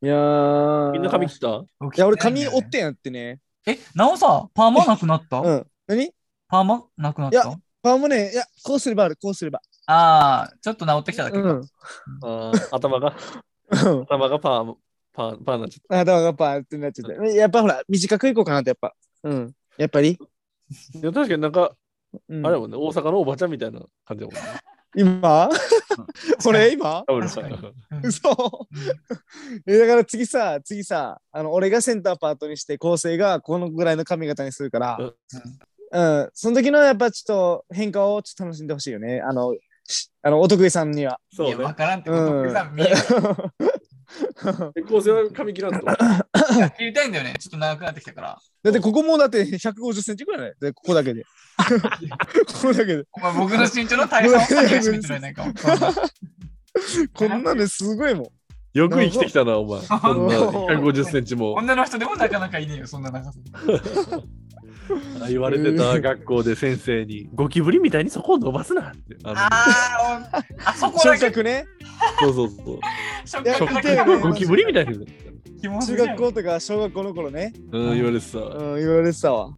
[SPEAKER 1] いやー。
[SPEAKER 3] みんな髪切った
[SPEAKER 2] う。い
[SPEAKER 1] いや、俺髪折ってんやってね。
[SPEAKER 2] え、なおさ、パーマなくなった
[SPEAKER 1] うん。何
[SPEAKER 2] パーマなくなっ
[SPEAKER 1] い
[SPEAKER 2] た
[SPEAKER 1] やパーもね、いや、こうすればある、こうすれば。
[SPEAKER 2] ああ、ちょっと治ってきただけ
[SPEAKER 1] う
[SPEAKER 2] か。
[SPEAKER 1] ん。
[SPEAKER 3] あー頭が、
[SPEAKER 1] うん
[SPEAKER 3] 頭がパー、パー、パーになっちゃっ
[SPEAKER 1] 頭がパーってなっちゃった。やっぱほら、短くいこうかなって、やっぱ。うん。やっぱり、
[SPEAKER 3] た。いや、確かになんか、
[SPEAKER 1] うん、
[SPEAKER 3] あれだもんね、大阪のおばちゃんみたいな感じだもんね。 *laughs*
[SPEAKER 1] 今これ今
[SPEAKER 3] 多分
[SPEAKER 2] 確かに
[SPEAKER 1] 嘘えだから次さ、次さ、あの俺がセンターパートにして、構成がこのぐらいの髪型にするから、うん、その時のやっぱちょっと変化をちょっと楽しんでほしいよね。あの、しあのお得意さんには。
[SPEAKER 3] そう
[SPEAKER 2] いや、わ
[SPEAKER 3] ね。
[SPEAKER 2] からんってこ
[SPEAKER 1] う
[SPEAKER 2] と。
[SPEAKER 1] ん
[SPEAKER 2] 奥さん見えるって
[SPEAKER 3] え構成は髪切らんと。
[SPEAKER 2] 言いたいんだよね。ちょっと長くなってきたから。
[SPEAKER 1] だってここもだって150センチぐらいだよで、ここだ *laughs* けで。ここだけで。
[SPEAKER 2] お前、僕の身長の大半を隠してみてくれないかも。そんな
[SPEAKER 1] こんなんですごいもん。
[SPEAKER 3] *laughs* よく生きてきたな、お前。こんな150センチも。
[SPEAKER 2] 女の人でもなかなかいねえよ、そんな長さ。
[SPEAKER 3] あ *laughs* 言われてた学校で先生に、ゴキブリみたいにそこを伸ばすなって。あ
[SPEAKER 2] ああ、あそこ
[SPEAKER 1] 昇
[SPEAKER 2] だけ、
[SPEAKER 1] 格ね。
[SPEAKER 3] のそうそうそ
[SPEAKER 2] 食
[SPEAKER 3] う。
[SPEAKER 1] いや
[SPEAKER 2] 感だ
[SPEAKER 3] 食
[SPEAKER 1] 見
[SPEAKER 2] け
[SPEAKER 1] て
[SPEAKER 2] が
[SPEAKER 1] よ
[SPEAKER 3] 感ゴキブリみたいに。うん、
[SPEAKER 2] 気持ち
[SPEAKER 1] 中
[SPEAKER 2] 悪い
[SPEAKER 1] 学校とか小学校の頃ね。
[SPEAKER 3] 言われてた。
[SPEAKER 1] うん、言われてたわ。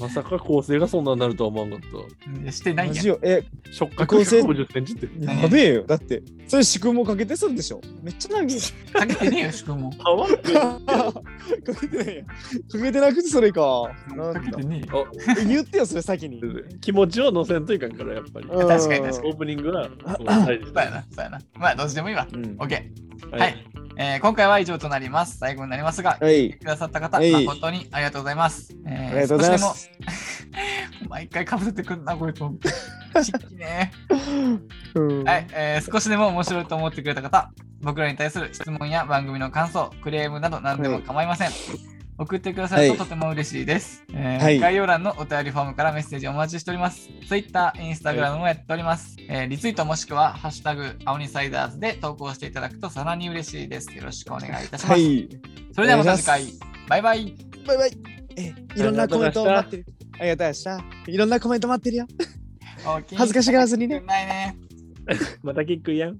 [SPEAKER 3] まさか構成がそんなになるとは思わなかっ
[SPEAKER 2] うんしてない
[SPEAKER 1] マ
[SPEAKER 2] んや
[SPEAKER 1] ジ。よ。え、
[SPEAKER 3] た。触覚150センチって。
[SPEAKER 1] やべえよ。だって、それ仕組みもかけてそうでしょ。めっちゃ長 *laughs* い。
[SPEAKER 2] かけてねえよ、しくも。
[SPEAKER 3] パワー
[SPEAKER 1] かけてないやん。かけてなくてそれか。な
[SPEAKER 2] か
[SPEAKER 1] ん
[SPEAKER 2] け
[SPEAKER 1] だ
[SPEAKER 2] てねえよ。
[SPEAKER 1] 言ってよ、それ先に。
[SPEAKER 3] *laughs* 気持ちを乗せんといかんから、やっぱり。
[SPEAKER 1] うん
[SPEAKER 2] 確かに確
[SPEAKER 3] オープニングはそう大事
[SPEAKER 2] そう
[SPEAKER 3] だ
[SPEAKER 2] やな、そうやな。まあ、どっちでもいいわ。
[SPEAKER 1] うん
[SPEAKER 2] オッケー。
[SPEAKER 3] は
[SPEAKER 2] はいい。えー今回は以上となります。最後になりますが、
[SPEAKER 1] は
[SPEAKER 2] 聞い
[SPEAKER 1] い
[SPEAKER 2] て。くださった方、
[SPEAKER 1] はい
[SPEAKER 2] 誠にありがとうございます。えー
[SPEAKER 1] ありがとうございま。す。
[SPEAKER 2] 少しでも毎回かぶせてくんな、こいつ。
[SPEAKER 1] *laughs*
[SPEAKER 2] しっきね。
[SPEAKER 1] うん
[SPEAKER 2] はい、えー少しでも面白いと思ってくれた方、僕らに対する質問や番組の感想、クレームなど何でも構いません。送ってくださると
[SPEAKER 1] はい
[SPEAKER 2] とても嬉しいです、えー
[SPEAKER 1] はい
[SPEAKER 2] 概要欄のお便りフォームからメッセージお待ちしております。Twitter、Instagram もやっております。えーリツイートもしくは、ハッシュタグ、青にサイダーズで投稿していただくとさらに嬉しいです。よろしくお願いいたします。
[SPEAKER 1] はい。
[SPEAKER 2] それではま
[SPEAKER 1] お願
[SPEAKER 2] た
[SPEAKER 1] い
[SPEAKER 2] 次
[SPEAKER 1] しま
[SPEAKER 2] 回
[SPEAKER 1] す、
[SPEAKER 2] バイバイ。
[SPEAKER 1] バイバイ。え、いろんなコメント待ってる。ありがとうございました。いろんなコメント待ってるよ。
[SPEAKER 2] お気に *laughs*
[SPEAKER 1] 恥ずかしがらずにね
[SPEAKER 2] くんないね。
[SPEAKER 3] またキックやん。